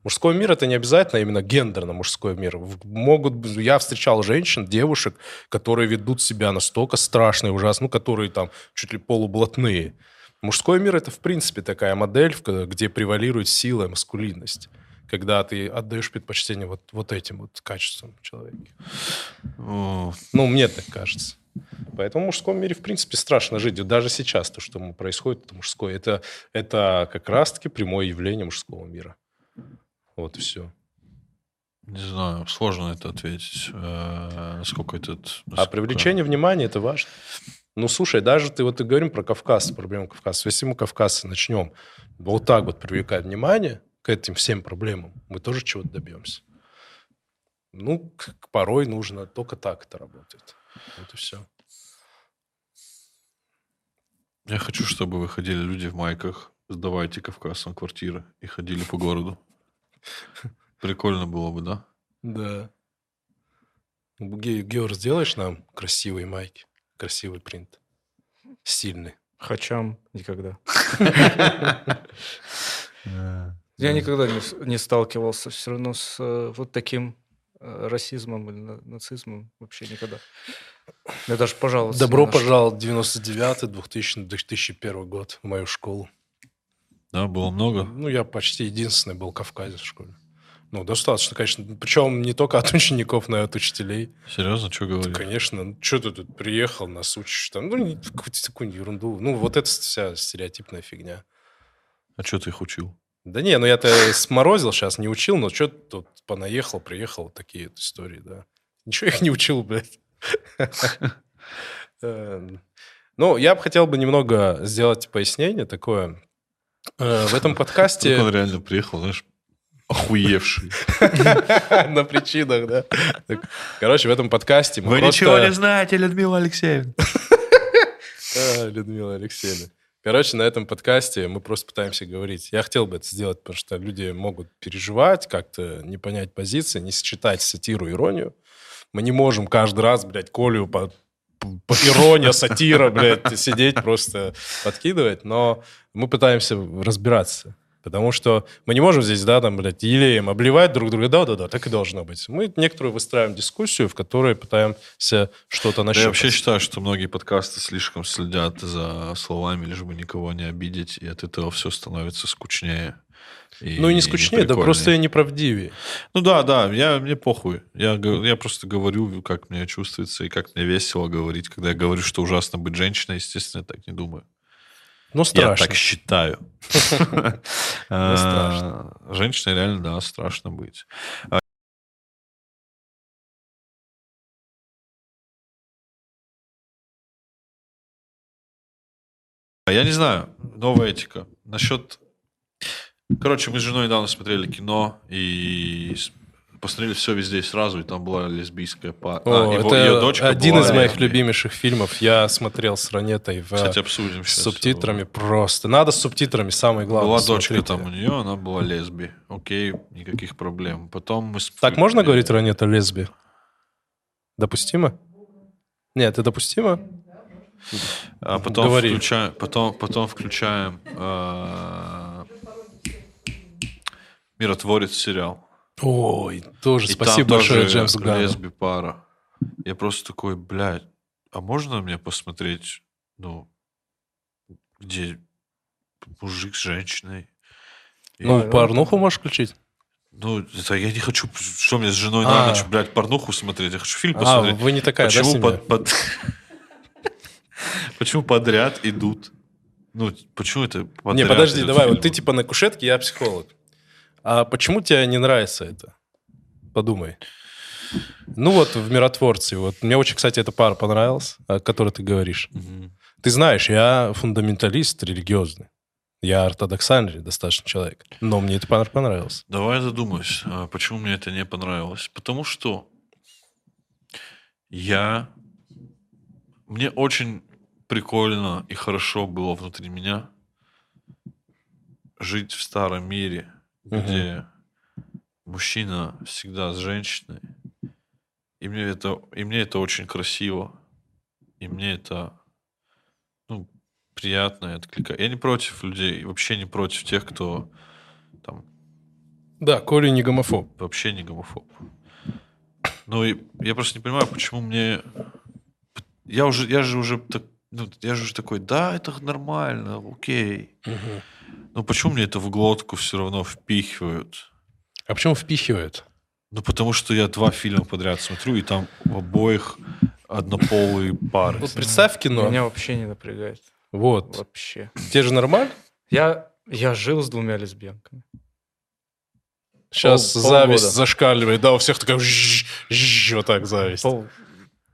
Speaker 2: Мужской мир это не обязательно именно гендерно мужской мир. В- Могут, б- я встречал женщин, девушек, которые ведут себя настолько страшно и ужасно, ну, которые там чуть ли полублатные. Мужской мир это в принципе такая модель, в ко- где превалирует сила и маскулинность. Когда ты отдаешь предпочтение вот, вот этим вот качествам человека.
Speaker 1: О,
Speaker 2: Ну, мне так кажется. Поэтому в мужском мире, в принципе, страшно жить. И Даже сейчас то, что м- происходит, это мужское. Это, это как раз-таки прямое явление мужского мира. Вот и все.
Speaker 1: не знаю, сложно это ответить. Э, Насколько этот...
Speaker 2: А
Speaker 1: насколько-
Speaker 2: привлечение внимания это важно. Ну, слушай, даже ты вот и говорим про Кавказ, проблему Кавказа. Если мы Кавказцы начнем вот так вот привлекать внимание к этим всем проблемам, мы тоже чего-то добьемся. Ну, к- к- порой нужно только так это работает. Вот и все.
Speaker 1: Я хочу, чтобы выходили люди в майках, сдавайте кавказцам квартиры и ходили по городу. Прикольно было бы, да?
Speaker 2: Да. Геор, сделаешь нам красивые майки, красивый принт, сильный.
Speaker 3: Хачам никогда. Я никогда не, с- не сталкивался все равно с э, вот таким э, расизмом или на- нацизмом. Вообще никогда. Я даже пожаловаться не
Speaker 2: Добро
Speaker 3: на что.
Speaker 2: пожаловать 99 2000 2001 год в мою школу.
Speaker 1: Да, было много.
Speaker 2: Ну, я почти единственный был кавказец в школе. Ну, достаточно, конечно. Причем не только от учеников, но и от учителей.
Speaker 1: Серьезно, что
Speaker 2: Да,
Speaker 1: говоришь?
Speaker 2: конечно, ну, что ты тут приехал, нас учишь там, ну, не- какую-то такую ерунду. Ну, вот это вся стереотипная фигня.
Speaker 1: А что ты их учил?
Speaker 2: Да не, ну я-то *laughs* сморозил сейчас, не учил, но что тут *laughs* понаехал, приехал, вот такие вот истории, да. Ничего их не учил, блядь. Э, Ну, я бы хотел бы немного сделать пояснение такое. Э, В *laughs* этом
Speaker 1: Вдруг
Speaker 2: подкасте...
Speaker 1: он реально приехал, знаешь, охуевший.
Speaker 2: *laughs* На причинах, да. Так, Короче, в этом подкасте
Speaker 1: *laughs*
Speaker 2: мы
Speaker 1: Вы
Speaker 2: просто-
Speaker 1: ничего не знаете, Людмила Алексеевна.
Speaker 2: А, Людмила Алексеевна. Короче, на этом подкасте мы просто пытаемся говорить. Я хотел бы это сделать, потому что люди могут переживать, как-то не понять позиции, не сочетать сатиру и иронию. Мы не можем каждый раз, блядь, Колю по, по ирония, сатира, блядь, сидеть просто подкидывать, но мы пытаемся разбираться. Потому что мы не можем здесь, да, там, блядь, елеем обливать друг друга. Да-да-да, так и должно быть. Мы некоторую выстраиваем дискуссию, в которой пытаемся что-то
Speaker 1: Да
Speaker 2: нащупать.
Speaker 1: Я вообще считаю, что многие подкасты слишком следят за словами, лишь бы никого не обидеть, и от этого все становится скучнее.
Speaker 2: Ну и не скучнее, да
Speaker 1: неприкольнее.
Speaker 2: просто и неправдивее.
Speaker 1: Ну да, да, я, мне похуй. Я, го- я просто говорю, как мне чувствуется и как мне весело говорить. Когда я говорю, что ужасно быть женщиной, естественно, я так не думаю.
Speaker 2: Ну, страшно.
Speaker 1: Я так
Speaker 2: *laughs*
Speaker 1: считаю.
Speaker 2: страшно.
Speaker 1: А, Женщиной реально, да, страшно быть. А- А Я не знаю, новая этика. Насчет... Короче, мы с женой недавно смотрели кино и с- посмотрели все везде и сразу, и там была лесбийская пара.
Speaker 2: О, это
Speaker 1: ее А, дочка
Speaker 2: один
Speaker 1: была
Speaker 2: из моих
Speaker 1: лесбией.
Speaker 2: любимейших фильмов. Я смотрел с Ранетой в,
Speaker 1: Кстати, обсудим
Speaker 2: с
Speaker 1: щас э,
Speaker 2: субтитрами. Просто надо с субтитрами, самое главное.
Speaker 1: Была дочка
Speaker 2: смотрите.
Speaker 1: там у нее, она была лесби. Окей, никаких проблем. Потом мы... сп-
Speaker 2: Так можно говорить Ранета лесби? Допустимо? Нет, это допустимо?
Speaker 1: А потом
Speaker 2: Говори.
Speaker 1: включаем... Потом, потом включаем... э, Миротворец сериал.
Speaker 2: Ой, тоже
Speaker 1: И
Speaker 2: спасибо
Speaker 1: там
Speaker 2: большое,
Speaker 1: тоже
Speaker 2: Джеймс Ганн.
Speaker 1: лесби пара. Я просто такой, блядь, а можно мне посмотреть, ну, где мужик с женщиной? И-
Speaker 2: Ну, порнуху можешь включить?
Speaker 1: Ну, это я не хочу, что мне с женой на
Speaker 2: А.
Speaker 1: ночь, блядь, порнуху смотреть, я хочу фильм
Speaker 2: А,
Speaker 1: посмотреть.
Speaker 2: вы не такая, да,
Speaker 1: почему,
Speaker 2: семья?
Speaker 1: под- *laughs* под- почему подряд идут? Ну, почему это подряд
Speaker 2: Не, подожди,
Speaker 1: идут
Speaker 2: давай, вот
Speaker 1: фильмы?
Speaker 2: ты типа на кушетке, я психолог. А почему тебе не нравится это? Подумай. Ну вот в «Миротворце». Вот. Мне очень, кстати, эта пара понравилась, о которой ты говоришь.
Speaker 1: Мгм.
Speaker 2: Ты знаешь, я фундаменталист религиозный. Я ортодоксальный достаточно человек. Но мне это пар- понравилось.
Speaker 1: Давай задумаюсь, а, почему мне это не понравилось. Потому что я... Мне очень прикольно и хорошо было внутри меня жить в старом мире,
Speaker 2: Мгм.
Speaker 1: где мужчина всегда с женщиной. И мне это, и мне это очень красиво. И мне это ну, приятно и откликает. Я не против людей, вообще не против тех, кто там
Speaker 2: Да, Коля не гомофоб.
Speaker 1: вообще не гомофоб. Ну и я просто не понимаю, почему мне. Я уже, я же уже так, ну, я же уже такой, да, это нормально, окей. Но почему мне это в глотку все равно впихивают?
Speaker 2: А почему впихивают?
Speaker 1: Ну потому что я два фильма подряд смотрю и там в обоих однополые пары.
Speaker 2: Вот представь кино.
Speaker 3: Меня вообще не напрягает.
Speaker 2: Вот.
Speaker 3: Вообще.
Speaker 2: Те же нормально?
Speaker 3: Я, я жил с двумя лесбиянками.
Speaker 2: Сейчас
Speaker 3: Пол-
Speaker 2: зависть
Speaker 3: полгода.
Speaker 2: зашкаливает. Да, у всех такая... жжж, жжж, Вот так зависть.
Speaker 3: Пол-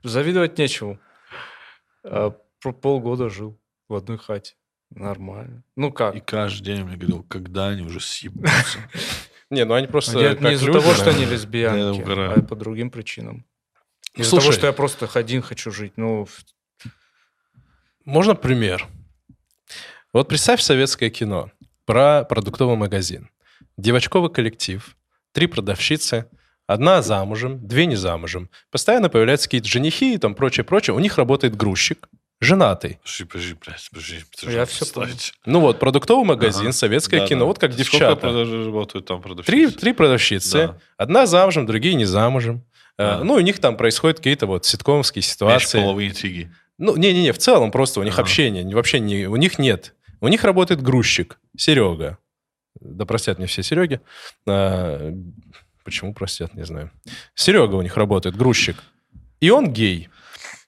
Speaker 3: Завидовать нечему. А, про- полгода жил в одной хате. Нормально. Ну как?
Speaker 1: И каждый день мне говорил, когда они уже съебутся.
Speaker 2: Не, ну они просто
Speaker 3: Я
Speaker 2: как
Speaker 3: не из-за
Speaker 2: люди,
Speaker 3: того, что они
Speaker 2: наверное.
Speaker 1: Да, я
Speaker 3: лесбиянки,
Speaker 1: угораю.
Speaker 3: а по другим причинам. Из-за того,
Speaker 2: Слушай.
Speaker 3: что я просто один хочу жить. Ну, в-
Speaker 2: Можно пример? Вот представь советское кино про продуктовый магазин. Девочковый коллектив, три продавщицы, одна замужем, две не замужем. Постоянно появляются какие-то женихи и там прочее-прочее. У них работает грузчик, женатый.
Speaker 1: Подожди, подожди, блядь, подожди.
Speaker 3: Я всё
Speaker 2: Ну вот, продуктовый магазин,
Speaker 1: Ага.
Speaker 2: советское кино, вот как девчата.
Speaker 1: Сколько продаж- работают там продавщицы?
Speaker 2: Три, три продавщицы,
Speaker 1: Да.
Speaker 2: одна замужем, другие не замужем. Э,
Speaker 1: Да.
Speaker 2: Ну, у них там происходят какие-то вот ситкомские
Speaker 1: Меньше
Speaker 2: ситуации.
Speaker 1: половые интриги.
Speaker 2: Ну, не-не-не, в целом просто у них
Speaker 1: Ага.
Speaker 2: общение, не- вообще не, у них нет. У них работает грузчик, Серега. Да простят мне все Сереги. А, почему простят, не знаю. Серега у них работает, грузчик. И он гей.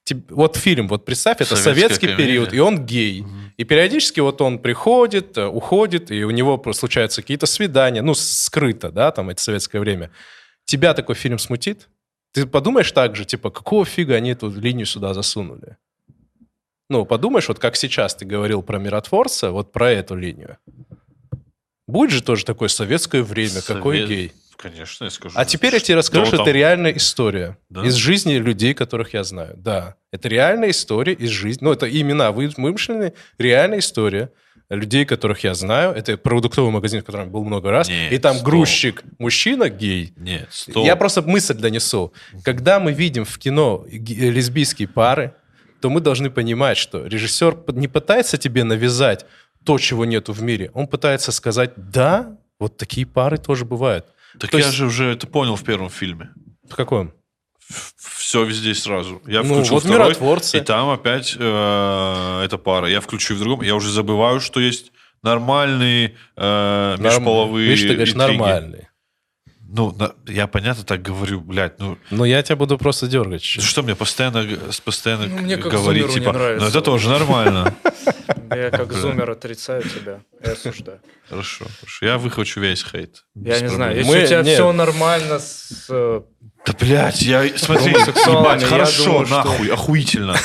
Speaker 2: Тип- Вот фильм, вот представь, это
Speaker 1: Советская
Speaker 2: советский
Speaker 1: комедия.
Speaker 2: период, и он гей. И периодически вот он приходит, э, уходит, и у него про- случаются какие-то свидания, ну, с- скрыто, да, там, это советское время. Тебя такой фильм смутит? Ты подумаешь так же, типа, какого фига они эту линию сюда засунули? Ну, подумаешь, вот как сейчас ты говорил про миротворца, вот про эту линию. Будет же тоже такое советское время, какой
Speaker 1: Совет-
Speaker 2: гей.
Speaker 1: Конечно, я скажу.
Speaker 2: А теперь я тебе
Speaker 1: Что
Speaker 2: расскажу, что
Speaker 1: там?
Speaker 2: это реальная история
Speaker 1: Да?
Speaker 2: из жизни людей, которых я знаю. Да, это реальная история из жизни. Ну, это имена вы- вымышленные, реальная история людей, которых я знаю. Это продуктовый магазин, в котором я был много раз.
Speaker 1: Нет,
Speaker 2: и там
Speaker 1: стоп.
Speaker 2: грузчик мужчина гей.
Speaker 1: Нет, стоп.
Speaker 2: Я просто мысль донесу. Когда мы видим в кино ге- э, лесбийские пары, то мы должны понимать, что режиссер п- не пытается тебе навязать то, чего нету в мире. Он пытается сказать, да, вот такие пары тоже бывают.
Speaker 1: Так
Speaker 2: то
Speaker 1: я
Speaker 2: есть-
Speaker 1: же уже это понял в первом фильме.
Speaker 2: В каком?
Speaker 1: Все везде и сразу. Я
Speaker 2: Ну,
Speaker 1: включил
Speaker 2: вот
Speaker 1: второй,
Speaker 2: «Миротворцы».
Speaker 1: и там опять э, эта пара. Я включу в другом, я уже забываю, что есть нормальные э,
Speaker 2: Норм-
Speaker 1: межполовые
Speaker 2: Видишь, ты говоришь,
Speaker 1: интриги.
Speaker 2: нормальный.
Speaker 1: Ну, на- я понятно так говорю, блядь, ну
Speaker 2: Но я тебя буду просто дергать. сейчас.
Speaker 1: что мне постоянно, г- с- постоянно
Speaker 3: Ну, мне
Speaker 1: г-
Speaker 3: как
Speaker 1: говорить,
Speaker 3: Зумеру не
Speaker 1: типа, ну
Speaker 3: нравится.
Speaker 1: это тоже нормально.
Speaker 3: Я как
Speaker 1: Блин.
Speaker 3: зумер отрицаю тебя и осуждаю.
Speaker 1: Хорошо, хорошо. Я выхвачу весь хейт.
Speaker 3: Я
Speaker 1: Без
Speaker 3: не
Speaker 1: проблем.
Speaker 3: знаю, если
Speaker 2: Мы-
Speaker 3: у тебя
Speaker 2: нет.
Speaker 3: все нормально с... э,
Speaker 1: Да, блядь, я, смотри,
Speaker 3: Гомосексуалами,
Speaker 1: ебать,
Speaker 3: я
Speaker 1: хорошо,
Speaker 3: думаю, что-
Speaker 1: нахуй, охуительно.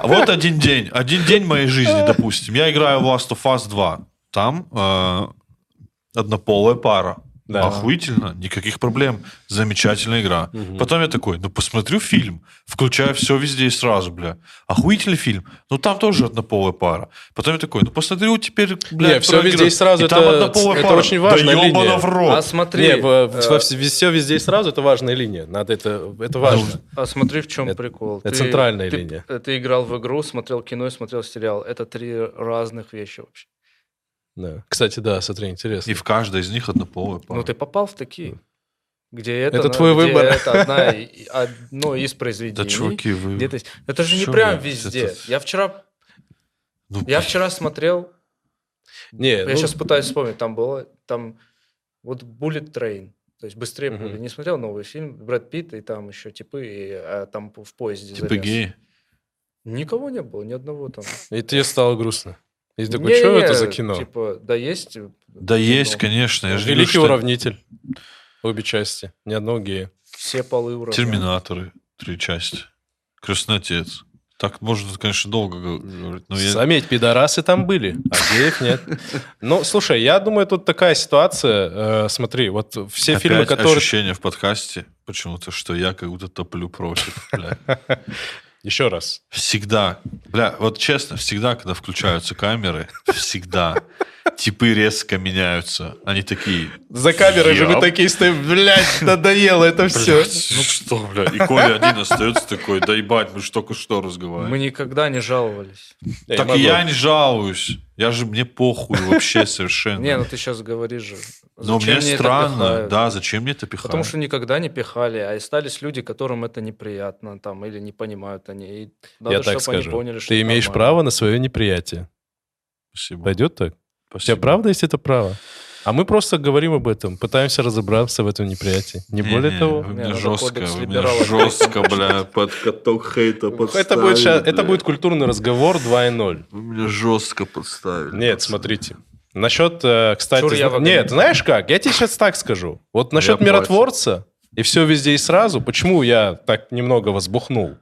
Speaker 1: А Вот один день, один день моей жизни, допустим. Я играю в Last of Us 2. Там э, однополая пара.
Speaker 2: Да.
Speaker 1: Охуительно, никаких проблем. Замечательная игра.
Speaker 2: Мгм.
Speaker 1: Потом я такой, ну посмотрю фильм, включаю все везде и сразу, бля. Охуительный фильм. Ну там тоже однополая пара. Потом я такой, ну посмотрю теперь, бля,
Speaker 2: Не, «Всё
Speaker 1: про
Speaker 2: везде
Speaker 1: игру».
Speaker 2: и сразу»
Speaker 1: И там
Speaker 2: это-
Speaker 1: однополая
Speaker 2: это
Speaker 1: пара.
Speaker 2: очень важная
Speaker 1: Да ёбана
Speaker 2: линия.
Speaker 1: в рот.
Speaker 3: А смотри,
Speaker 2: Не, в- в-
Speaker 3: э,
Speaker 2: во- все везде и сразу это важная линия. Надо это,
Speaker 1: Ну,
Speaker 2: это важно.
Speaker 3: а смотри, в чем
Speaker 2: Это-
Speaker 3: прикол.
Speaker 2: это центральная
Speaker 3: ты-
Speaker 2: линия.
Speaker 3: э, Ты играл в игру, смотрел кино и смотрел сериал. Это три разных вещи вообще.
Speaker 2: Да. Кстати, да, смотри, интересно.
Speaker 1: И в каждой из них однополая пара.
Speaker 3: Ну, ты попал в такие, где
Speaker 2: Хм.
Speaker 3: это...
Speaker 2: Это
Speaker 3: на-
Speaker 2: твой
Speaker 3: где
Speaker 2: выбор.
Speaker 3: Это
Speaker 2: *laughs*
Speaker 3: одна и- одно из произведений.
Speaker 1: Да, чуваки, вы...
Speaker 3: Где-то- Это же не
Speaker 1: Чё,
Speaker 3: прям
Speaker 1: блядь,
Speaker 3: везде.
Speaker 1: это-
Speaker 3: Я вчера
Speaker 1: Ну,
Speaker 3: я вчера смотрел,
Speaker 2: Не,
Speaker 3: я
Speaker 2: ну,
Speaker 3: сейчас пытаюсь вспомнить, там было, там вот Bullet Train, то есть быстрее
Speaker 2: Мгм.
Speaker 3: Bullet. Не смотрел новый фильм, Брэд Питт, и там еще типы, и а, там в поезде
Speaker 1: Типа
Speaker 3: залез.
Speaker 1: геи.
Speaker 3: Никого не было, ни одного там.
Speaker 2: И тебе стало грустно. И ты такой,
Speaker 3: Не-не-не,
Speaker 2: что это за кино?
Speaker 3: Типа, да есть. э,
Speaker 1: Да
Speaker 3: кино.
Speaker 1: есть, конечно. Я же
Speaker 2: Великий
Speaker 1: говорю, что
Speaker 2: уравнитель. Обе части. Ни одного гея.
Speaker 3: Все полы уровня.
Speaker 1: Терминаторы, три части. Крестный отец. Так можно, конечно, долго го- говорить, но Ну, я...
Speaker 2: Заметь, пидорасы там были, а геев нет. Ну, слушай, я думаю, тут такая ситуация. э, Смотри, вот все
Speaker 1: Опять
Speaker 2: фильмы, которые...
Speaker 1: ощущение в подкасте почему-то, что я как будто топлю против. бля.
Speaker 2: Еще раз.
Speaker 1: Всегда. Бля, вот честно, всегда, когда включаются камеры, всегда типы резко меняются. Они такие...
Speaker 2: За камерой же мы
Speaker 1: Ёп.
Speaker 2: такие стоим, блядь, надоело это все.
Speaker 1: «Блядь, ну что, бля? И Коля один остается такой, да ебать, мы же только что разговаривали.
Speaker 3: Мы никогда не жаловались.
Speaker 1: Так и я не жалуюсь. Я же, мне похуй
Speaker 3: *laughs*
Speaker 1: вообще совершенно.
Speaker 3: Не, ну ты сейчас говоришь же.
Speaker 1: Но
Speaker 3: Зачем
Speaker 1: мне
Speaker 3: это
Speaker 1: странно,
Speaker 3: пихают?
Speaker 1: да, зачем мне это пихать?
Speaker 3: Потому что никогда не пихали, а остались люди, которым это неприятно там или не понимают они. И надо,
Speaker 2: Я так
Speaker 3: чтобы они
Speaker 2: скажу.
Speaker 3: поняли, что
Speaker 2: Ты имеешь
Speaker 3: нормально.
Speaker 2: право на свое неприятие.
Speaker 1: Спасибо.
Speaker 2: Пойдет так? У тебя
Speaker 1: Спасибо.
Speaker 2: правда есть это право? А мы просто говорим об этом, пытаемся разобраться в этом неприятии. Не более
Speaker 1: Не-не,
Speaker 2: того.
Speaker 1: Вы
Speaker 3: Не,
Speaker 1: меня
Speaker 3: надо
Speaker 1: жестко,
Speaker 3: кодекс
Speaker 1: вы меня
Speaker 3: либералов. *laughs*
Speaker 1: жестко, бля, под каток хейта
Speaker 2: Ну, Это
Speaker 1: подставили.
Speaker 2: будет, ща- это
Speaker 1: бля.
Speaker 2: будет культурный разговор 2.0.
Speaker 1: Вы меня жестко подставили.
Speaker 2: Нет,
Speaker 1: пацаны.
Speaker 2: смотрите. Насчет, э, кстати...
Speaker 3: Чур я
Speaker 2: зна-
Speaker 3: в огне.
Speaker 2: Нет, знаешь как? Я тебе сейчас так скажу. Вот насчет
Speaker 1: Я
Speaker 2: миротворца и все везде и сразу, почему я так немного возбухнул?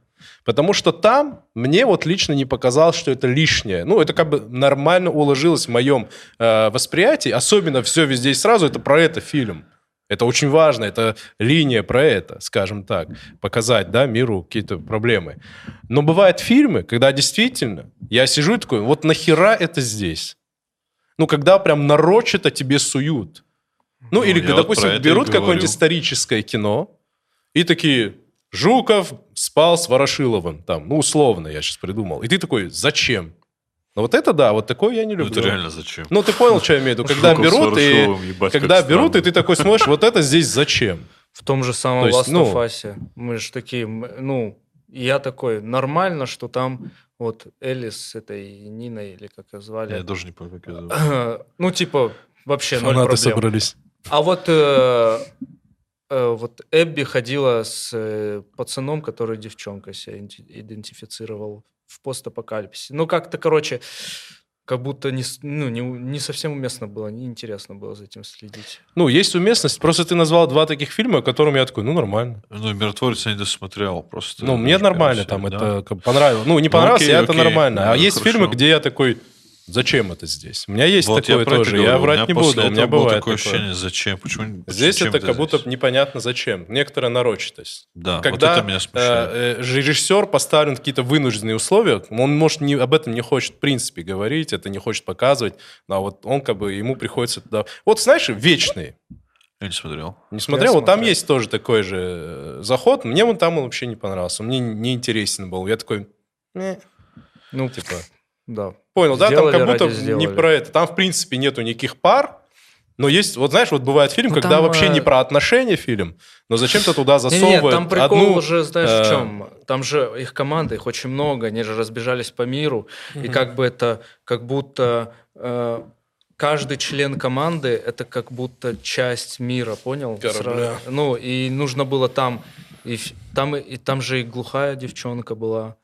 Speaker 2: Потому что там мне вот лично не показалось, что это лишнее. Ну, это как бы нормально уложилось в моем э, восприятии. Особенно все везде и сразу, это про это фильм. Это очень важно, это линия про это, скажем так, показать да, миру какие-то проблемы. Но бывают фильмы, когда действительно я сижу и такой, вот нахера это здесь? Ну, когда прям нарочито тебе суют. Ну,
Speaker 1: Ну,
Speaker 2: или,
Speaker 1: я вот
Speaker 2: допустим,
Speaker 1: про это и
Speaker 2: берут
Speaker 1: говорю.
Speaker 2: какое-нибудь историческое кино и такие, Жуков спал с Ворошиловым, там, ну, условно, я сейчас придумал. И ты такой, зачем? Ну, вот это да, вот такое я не
Speaker 1: Ну
Speaker 2: люблю.
Speaker 1: это реально зачем?
Speaker 2: Ну, ты понял, что я имею в виду? Когда
Speaker 1: Жуков с
Speaker 2: берут и...
Speaker 1: Ворошиловым, ебать, как
Speaker 2: Когда берут,
Speaker 1: странно.
Speaker 2: и ты такой смотришь, вот это здесь зачем?
Speaker 3: В том же самом
Speaker 2: То есть,
Speaker 3: Last
Speaker 2: ну-
Speaker 3: of Us'е. Мы же такие, м, ну, я такой, нормально, что там вот Элис с этой Ниной, или как ее
Speaker 1: Я
Speaker 3: звали,
Speaker 1: даже не помню, как ее зовут.
Speaker 3: *coughs* ну, типа, вообще ноль проблем.
Speaker 2: собрались.
Speaker 3: А вот, э, э, вот Эбби ходила с э, пацаном, который девчонка себя инти- идентифицировал в постапокалипсисе. Ну, как-то, короче, как будто не, с- ну, не, у- не совсем уместно было, неинтересно было за этим следить.
Speaker 2: Ну, есть уместность. Просто ты назвал два таких фильма, которым я такой, ну, нормально.
Speaker 1: Ну, «Миротворец» я не досмотрел просто.
Speaker 2: Ну, мне
Speaker 1: Даже
Speaker 2: нормально
Speaker 1: прям
Speaker 2: там,
Speaker 1: все, да.
Speaker 2: это как бы понравилось. Ну, не
Speaker 1: Ну,
Speaker 2: понравилось,
Speaker 1: окей,
Speaker 2: а это
Speaker 1: окей.
Speaker 2: нормально. А
Speaker 1: Ну,
Speaker 2: есть
Speaker 1: хорошо.
Speaker 2: фильмы, где я такой, зачем это здесь? У меня есть
Speaker 1: Вот
Speaker 2: такое
Speaker 1: я про это
Speaker 2: тоже,
Speaker 1: говорю.
Speaker 2: я
Speaker 1: У
Speaker 2: врать
Speaker 1: меня
Speaker 2: не
Speaker 1: после
Speaker 2: буду, у
Speaker 1: этого
Speaker 2: меня
Speaker 1: было
Speaker 2: бывает
Speaker 1: такое
Speaker 2: такое.
Speaker 1: ощущение, зачем, почему...
Speaker 2: Здесь
Speaker 1: зачем
Speaker 2: это как будто
Speaker 1: здесь?
Speaker 2: непонятно зачем. Некоторая нарочитость.
Speaker 1: Да,
Speaker 2: Когда
Speaker 1: вот это меня смущает.
Speaker 2: э, э, же- режиссер поставлен в какие-то вынужденные условия, он, может, не, об этом не хочет, в принципе, говорить, это не хочет показывать, а вот он как бы, ему приходится туда... Вот, знаешь, «Вечные». э,
Speaker 1: Я не смотрел.
Speaker 2: Не смотрел,
Speaker 3: Я
Speaker 2: вот там
Speaker 3: смотрел.
Speaker 2: есть тоже такой же э, заход. Мне он там он вообще не понравился. Мне не интересен был. Я такой, «Мeh».
Speaker 3: Ну,
Speaker 2: типа,
Speaker 3: да.
Speaker 2: понял, да, там
Speaker 3: Сделали
Speaker 2: как будто
Speaker 3: ради
Speaker 2: не
Speaker 3: сделали.
Speaker 2: про это. Там, в принципе, нету никаких пар. Но есть, вот знаешь, вот бывает фильм,
Speaker 3: Ну,
Speaker 2: когда
Speaker 3: там,
Speaker 2: вообще не
Speaker 3: э,
Speaker 2: про отношения фильм, но зачем-то туда засовывают
Speaker 3: Нет, там прикол
Speaker 2: одну...
Speaker 3: уже, знаешь,
Speaker 2: э,
Speaker 3: в чем? Там же их команда, их очень много, они же разбежались по миру, и
Speaker 2: Мгм.
Speaker 3: как бы это, как будто э, каждый член команды это как будто часть мира, понял?
Speaker 2: Корабля.
Speaker 3: Сра- Ну и нужно было там и ф- там и- и там же и глухая девчонка была,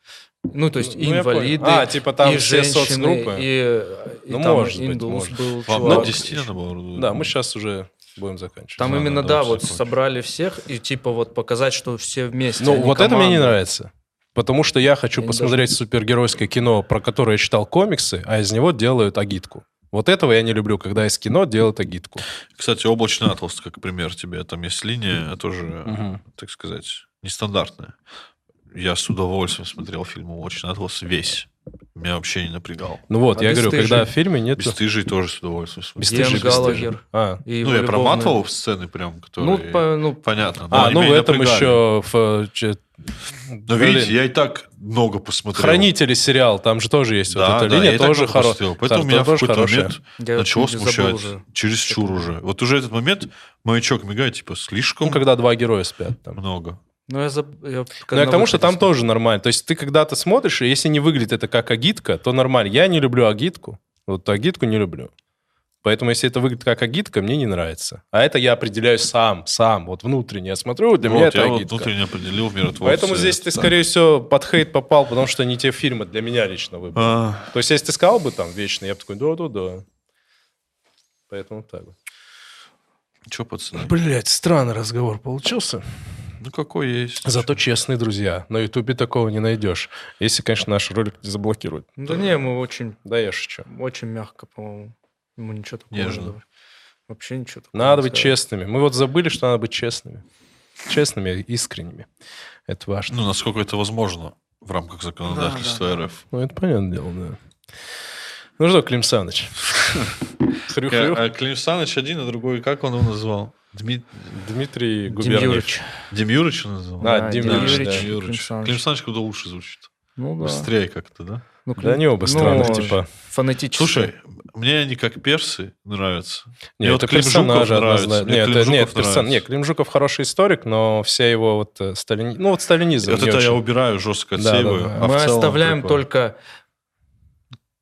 Speaker 3: ну то есть и
Speaker 2: Ну, я понял.
Speaker 3: инвалиды,
Speaker 2: А, типа там
Speaker 3: и
Speaker 2: все
Speaker 3: женщины,
Speaker 2: соцгруппы.
Speaker 3: и, и
Speaker 2: Ну,
Speaker 3: там
Speaker 2: может быть,
Speaker 3: индус
Speaker 2: может.
Speaker 3: был.
Speaker 1: Вам
Speaker 3: чувак.
Speaker 1: на 10 надо было?
Speaker 2: ну, Да, мы сейчас уже будем заканчивать.
Speaker 3: Там
Speaker 1: Ладно,
Speaker 3: именно,
Speaker 1: да,
Speaker 3: да,
Speaker 1: всё
Speaker 3: вот
Speaker 1: кончено.
Speaker 3: собрали всех и типа вот показать, что все вместе.
Speaker 2: Ну,
Speaker 3: они
Speaker 2: вот это мне не
Speaker 3: команда.
Speaker 2: нравится. Потому что я хочу
Speaker 3: Я не
Speaker 2: посмотреть супергеройское кино, про которое я читал комиксы, а из него делают агитку. Вот этого я не люблю, когда из кино делают агитку.
Speaker 1: Кстати, «Облачный атлас», как пример тебе. Там есть линия, тоже, так сказать, нестандартная. Я с удовольствием смотрел фильм «Облачный атлас» весь. Меня вообще не напрягал.
Speaker 2: Ну вот,
Speaker 3: А
Speaker 2: я говорю,
Speaker 3: «Бесстыжие»?
Speaker 2: когда в фильме нет...
Speaker 1: «Бесстыжий» тоже с удовольствием смотрел.
Speaker 2: Бесстыжие,
Speaker 3: Иэн
Speaker 2: бесстыжие.
Speaker 3: Галагер.
Speaker 2: А,
Speaker 3: И
Speaker 1: Ну,
Speaker 3: его
Speaker 1: я
Speaker 3: любовные-
Speaker 1: проматывал сцены прям,
Speaker 3: Ну,
Speaker 1: которые...
Speaker 3: по- ну,
Speaker 1: Понятно. но
Speaker 2: а,
Speaker 1: они
Speaker 2: ну в
Speaker 1: меня
Speaker 2: этом
Speaker 1: напрягали.
Speaker 2: еще... в, э, че-
Speaker 1: Но
Speaker 2: блин,
Speaker 1: видите, я и так много посмотрел.
Speaker 2: Хранители сериал, там же тоже есть
Speaker 1: Да,
Speaker 2: вот эта
Speaker 1: да,
Speaker 2: линия,
Speaker 1: я и так
Speaker 2: тоже
Speaker 1: много
Speaker 2: хорошая.
Speaker 1: посмотрел. Поэтому меня в какой-то момент
Speaker 3: я
Speaker 1: начало
Speaker 3: забыл
Speaker 1: смущать.
Speaker 3: уже.
Speaker 1: Через чур уже. Вот уже этот момент маячок мигает, типа, слишком
Speaker 2: Ну, когда два героя спят там.
Speaker 1: много.
Speaker 3: Ну, я заб- я
Speaker 2: Ну, я к тому, что там
Speaker 3: тоже.
Speaker 2: тоже нормально. То есть ты когда-то смотришь, и если не выглядит это как агитка, то нормально. Я не люблю агитку. Вот агитку не люблю. Поэтому если это выглядит как агитка, мне не нравится. А это я определяю сам, сам, вот внутренне. Я смотрю, для
Speaker 1: Вот,
Speaker 2: меня
Speaker 1: я
Speaker 2: это
Speaker 1: вот
Speaker 2: агитка.
Speaker 1: внутренне определил миротворца.
Speaker 2: Поэтому здесь
Speaker 1: это
Speaker 2: ты,
Speaker 1: да.
Speaker 2: скорее всего, под хейт попал, потому что не те фильмы для меня лично выбрал.
Speaker 1: А,
Speaker 2: То есть если ты сказал бы там вечно, я бы такой, да-да-да. Поэтому так вот.
Speaker 1: чё, пацаны?
Speaker 2: Блять, странный разговор получился.
Speaker 1: Ну, какой есть?
Speaker 2: Зато честные друзья. На Ютубе такого не найдешь. Если, конечно, наш ролик не заблокируют.
Speaker 3: Да не, мы Ну, очень,
Speaker 2: Да я шучу.
Speaker 3: очень мягко, по-моему. Ему ничего такого
Speaker 1: Нежно.
Speaker 3: не говорим. Вообще ничего такого
Speaker 2: Надо
Speaker 3: не
Speaker 2: быть
Speaker 3: сказали.
Speaker 2: честными. Мы вот забыли, что надо быть честными. Честными, и искренними. Это важно.
Speaker 1: Ну, насколько это возможно в рамках законодательства РФ.
Speaker 2: Ну, это понятное дело, да. Ну что, Клим Саныч? Хрю-хрю.
Speaker 1: А, а Клим Саныч один, а другой, как он его назвал? Дмит...
Speaker 2: Дмитрий
Speaker 3: Дим
Speaker 2: Губерниев.
Speaker 3: Юрьевич.
Speaker 1: Демьюрич он назвал?
Speaker 2: А,
Speaker 3: Да,
Speaker 2: Дим
Speaker 1: Да,
Speaker 2: Юрьевич,
Speaker 1: Дим
Speaker 2: да.
Speaker 1: Юрьевич.
Speaker 3: Клим Саныч.
Speaker 1: Клим Саныч куда лучше звучит.
Speaker 3: Ну да.
Speaker 1: Быстрее как-то, да?
Speaker 3: Ну,
Speaker 2: Да они оба
Speaker 3: ну,
Speaker 2: странных, типа.
Speaker 3: Фонетически.
Speaker 1: Слушай, мне они как персы нравятся.
Speaker 2: Нет,
Speaker 1: вот
Speaker 2: это
Speaker 1: Клим
Speaker 2: Клим Жуков
Speaker 1: Жуков нравится.
Speaker 2: однозначно.
Speaker 1: Мне
Speaker 2: Нет,
Speaker 1: Клим
Speaker 2: это-
Speaker 1: Жуков
Speaker 2: нет, персон-
Speaker 1: нравится.
Speaker 2: нет, Клим Жуков хороший историк, но вся его вот э, сталини- Ну, вот сталинизм.
Speaker 1: вот
Speaker 2: не
Speaker 1: это я
Speaker 2: очень.
Speaker 1: убираю жестко,
Speaker 2: Да, да,
Speaker 1: отсеиваю.
Speaker 2: да.
Speaker 1: а в
Speaker 3: Мы
Speaker 1: целом
Speaker 3: оставляем
Speaker 1: прикольно.
Speaker 3: только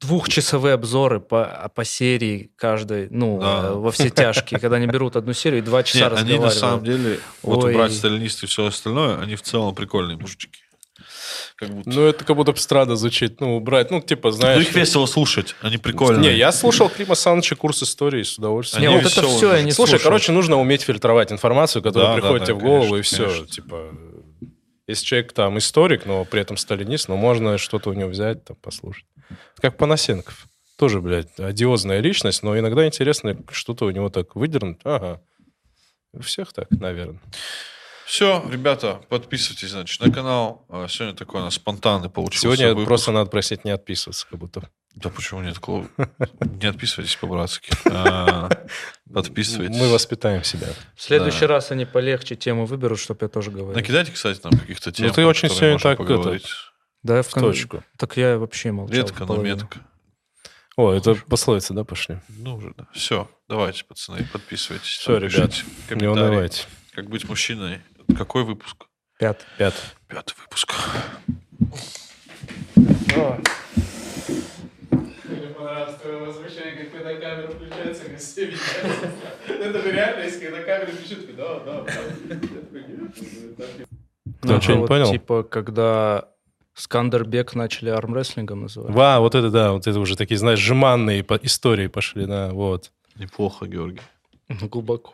Speaker 3: двухчасовые обзоры по, по серии каждой, ну,
Speaker 1: Да.
Speaker 3: э, во все тяжкие, когда они берут одну серию и два часа
Speaker 1: Нет, они на
Speaker 3: разговаривают.
Speaker 1: самом деле, вот
Speaker 3: Ой.
Speaker 1: убрать сталинисты и все остальное, они в целом прикольные мужики. Как будто.
Speaker 2: Ну, это как будто бы странно звучит. Ну, убрать, ну, типа,
Speaker 1: Ну,
Speaker 2: знаешь... э,
Speaker 1: их весело слушать, они прикольные.
Speaker 2: Не, я слушал Клима Саныча курс истории с удовольствием.
Speaker 1: Они
Speaker 3: Не, вот это
Speaker 1: весёлые
Speaker 3: все я
Speaker 1: мужики.
Speaker 3: не
Speaker 2: Слушай,
Speaker 3: слушал.
Speaker 2: короче, нужно уметь фильтровать информацию, которая
Speaker 1: Да, да,
Speaker 2: приходит
Speaker 1: да,
Speaker 2: тебе в голову,
Speaker 1: конечно,
Speaker 2: и все.
Speaker 1: конечно.
Speaker 2: Типа, э, если человек там историк, но при этом сталинист, но можно что-то у него взять, там, послушать. Как Панасенков. Тоже, блядь, одиозная личность, но иногда интересно что-то у него так выдернуть. Ага. У всех так, наверное.
Speaker 1: Все, ребята, подписывайтесь, значит, на канал. А, Сегодня такой у нас спонтанный получился
Speaker 2: Сегодня
Speaker 1: выпуск.
Speaker 2: просто надо просить не отписываться, как будто.
Speaker 1: Да почему нет,
Speaker 2: *laughs*
Speaker 1: Клоу? Не отписывайтесь по-братски. А, Подписывайтесь.
Speaker 2: Мы воспитаем себя.
Speaker 3: В следующий
Speaker 1: Да.
Speaker 3: раз они полегче тему выберут, чтобы я тоже говорил.
Speaker 1: Накидайте, кстати, нам каких-то тем.
Speaker 2: Ну, ты очень
Speaker 1: которые
Speaker 2: сегодня
Speaker 1: можно
Speaker 2: так, это,
Speaker 1: поговорить.
Speaker 3: Да, я в
Speaker 2: В
Speaker 3: кон-
Speaker 2: точку.
Speaker 3: Так я вообще молчал.
Speaker 1: Редко, но
Speaker 3: половину.
Speaker 1: метко.
Speaker 2: О, это пословица, да, пошли?
Speaker 1: Ну уже, да. Все, давайте, пацаны, подписывайтесь.
Speaker 2: Всё, ребят,
Speaker 1: пишите
Speaker 2: Не
Speaker 1: комментарии.
Speaker 2: унывайте.
Speaker 1: Как быть мужчиной? Какой выпуск?
Speaker 3: Пятый.
Speaker 2: Пятый.
Speaker 1: Пятый выпуск. *laughs*
Speaker 4: Мне понравилось твое возмущение, как когда камера включается, как все видят. Это же реально, если когда камера включит, да, да, да. Я такой, «Нет, ну, это так».
Speaker 2: Кто что-нибудь
Speaker 3: вот,
Speaker 2: понял?
Speaker 3: Типа, когда Скандербек начали армрестлингом называть.
Speaker 2: Ва, вот это да, вот это уже такие, знаешь, жеманные по- истории пошли, да, вот.
Speaker 1: Неплохо, Георгий.
Speaker 3: Ну, Глубоко.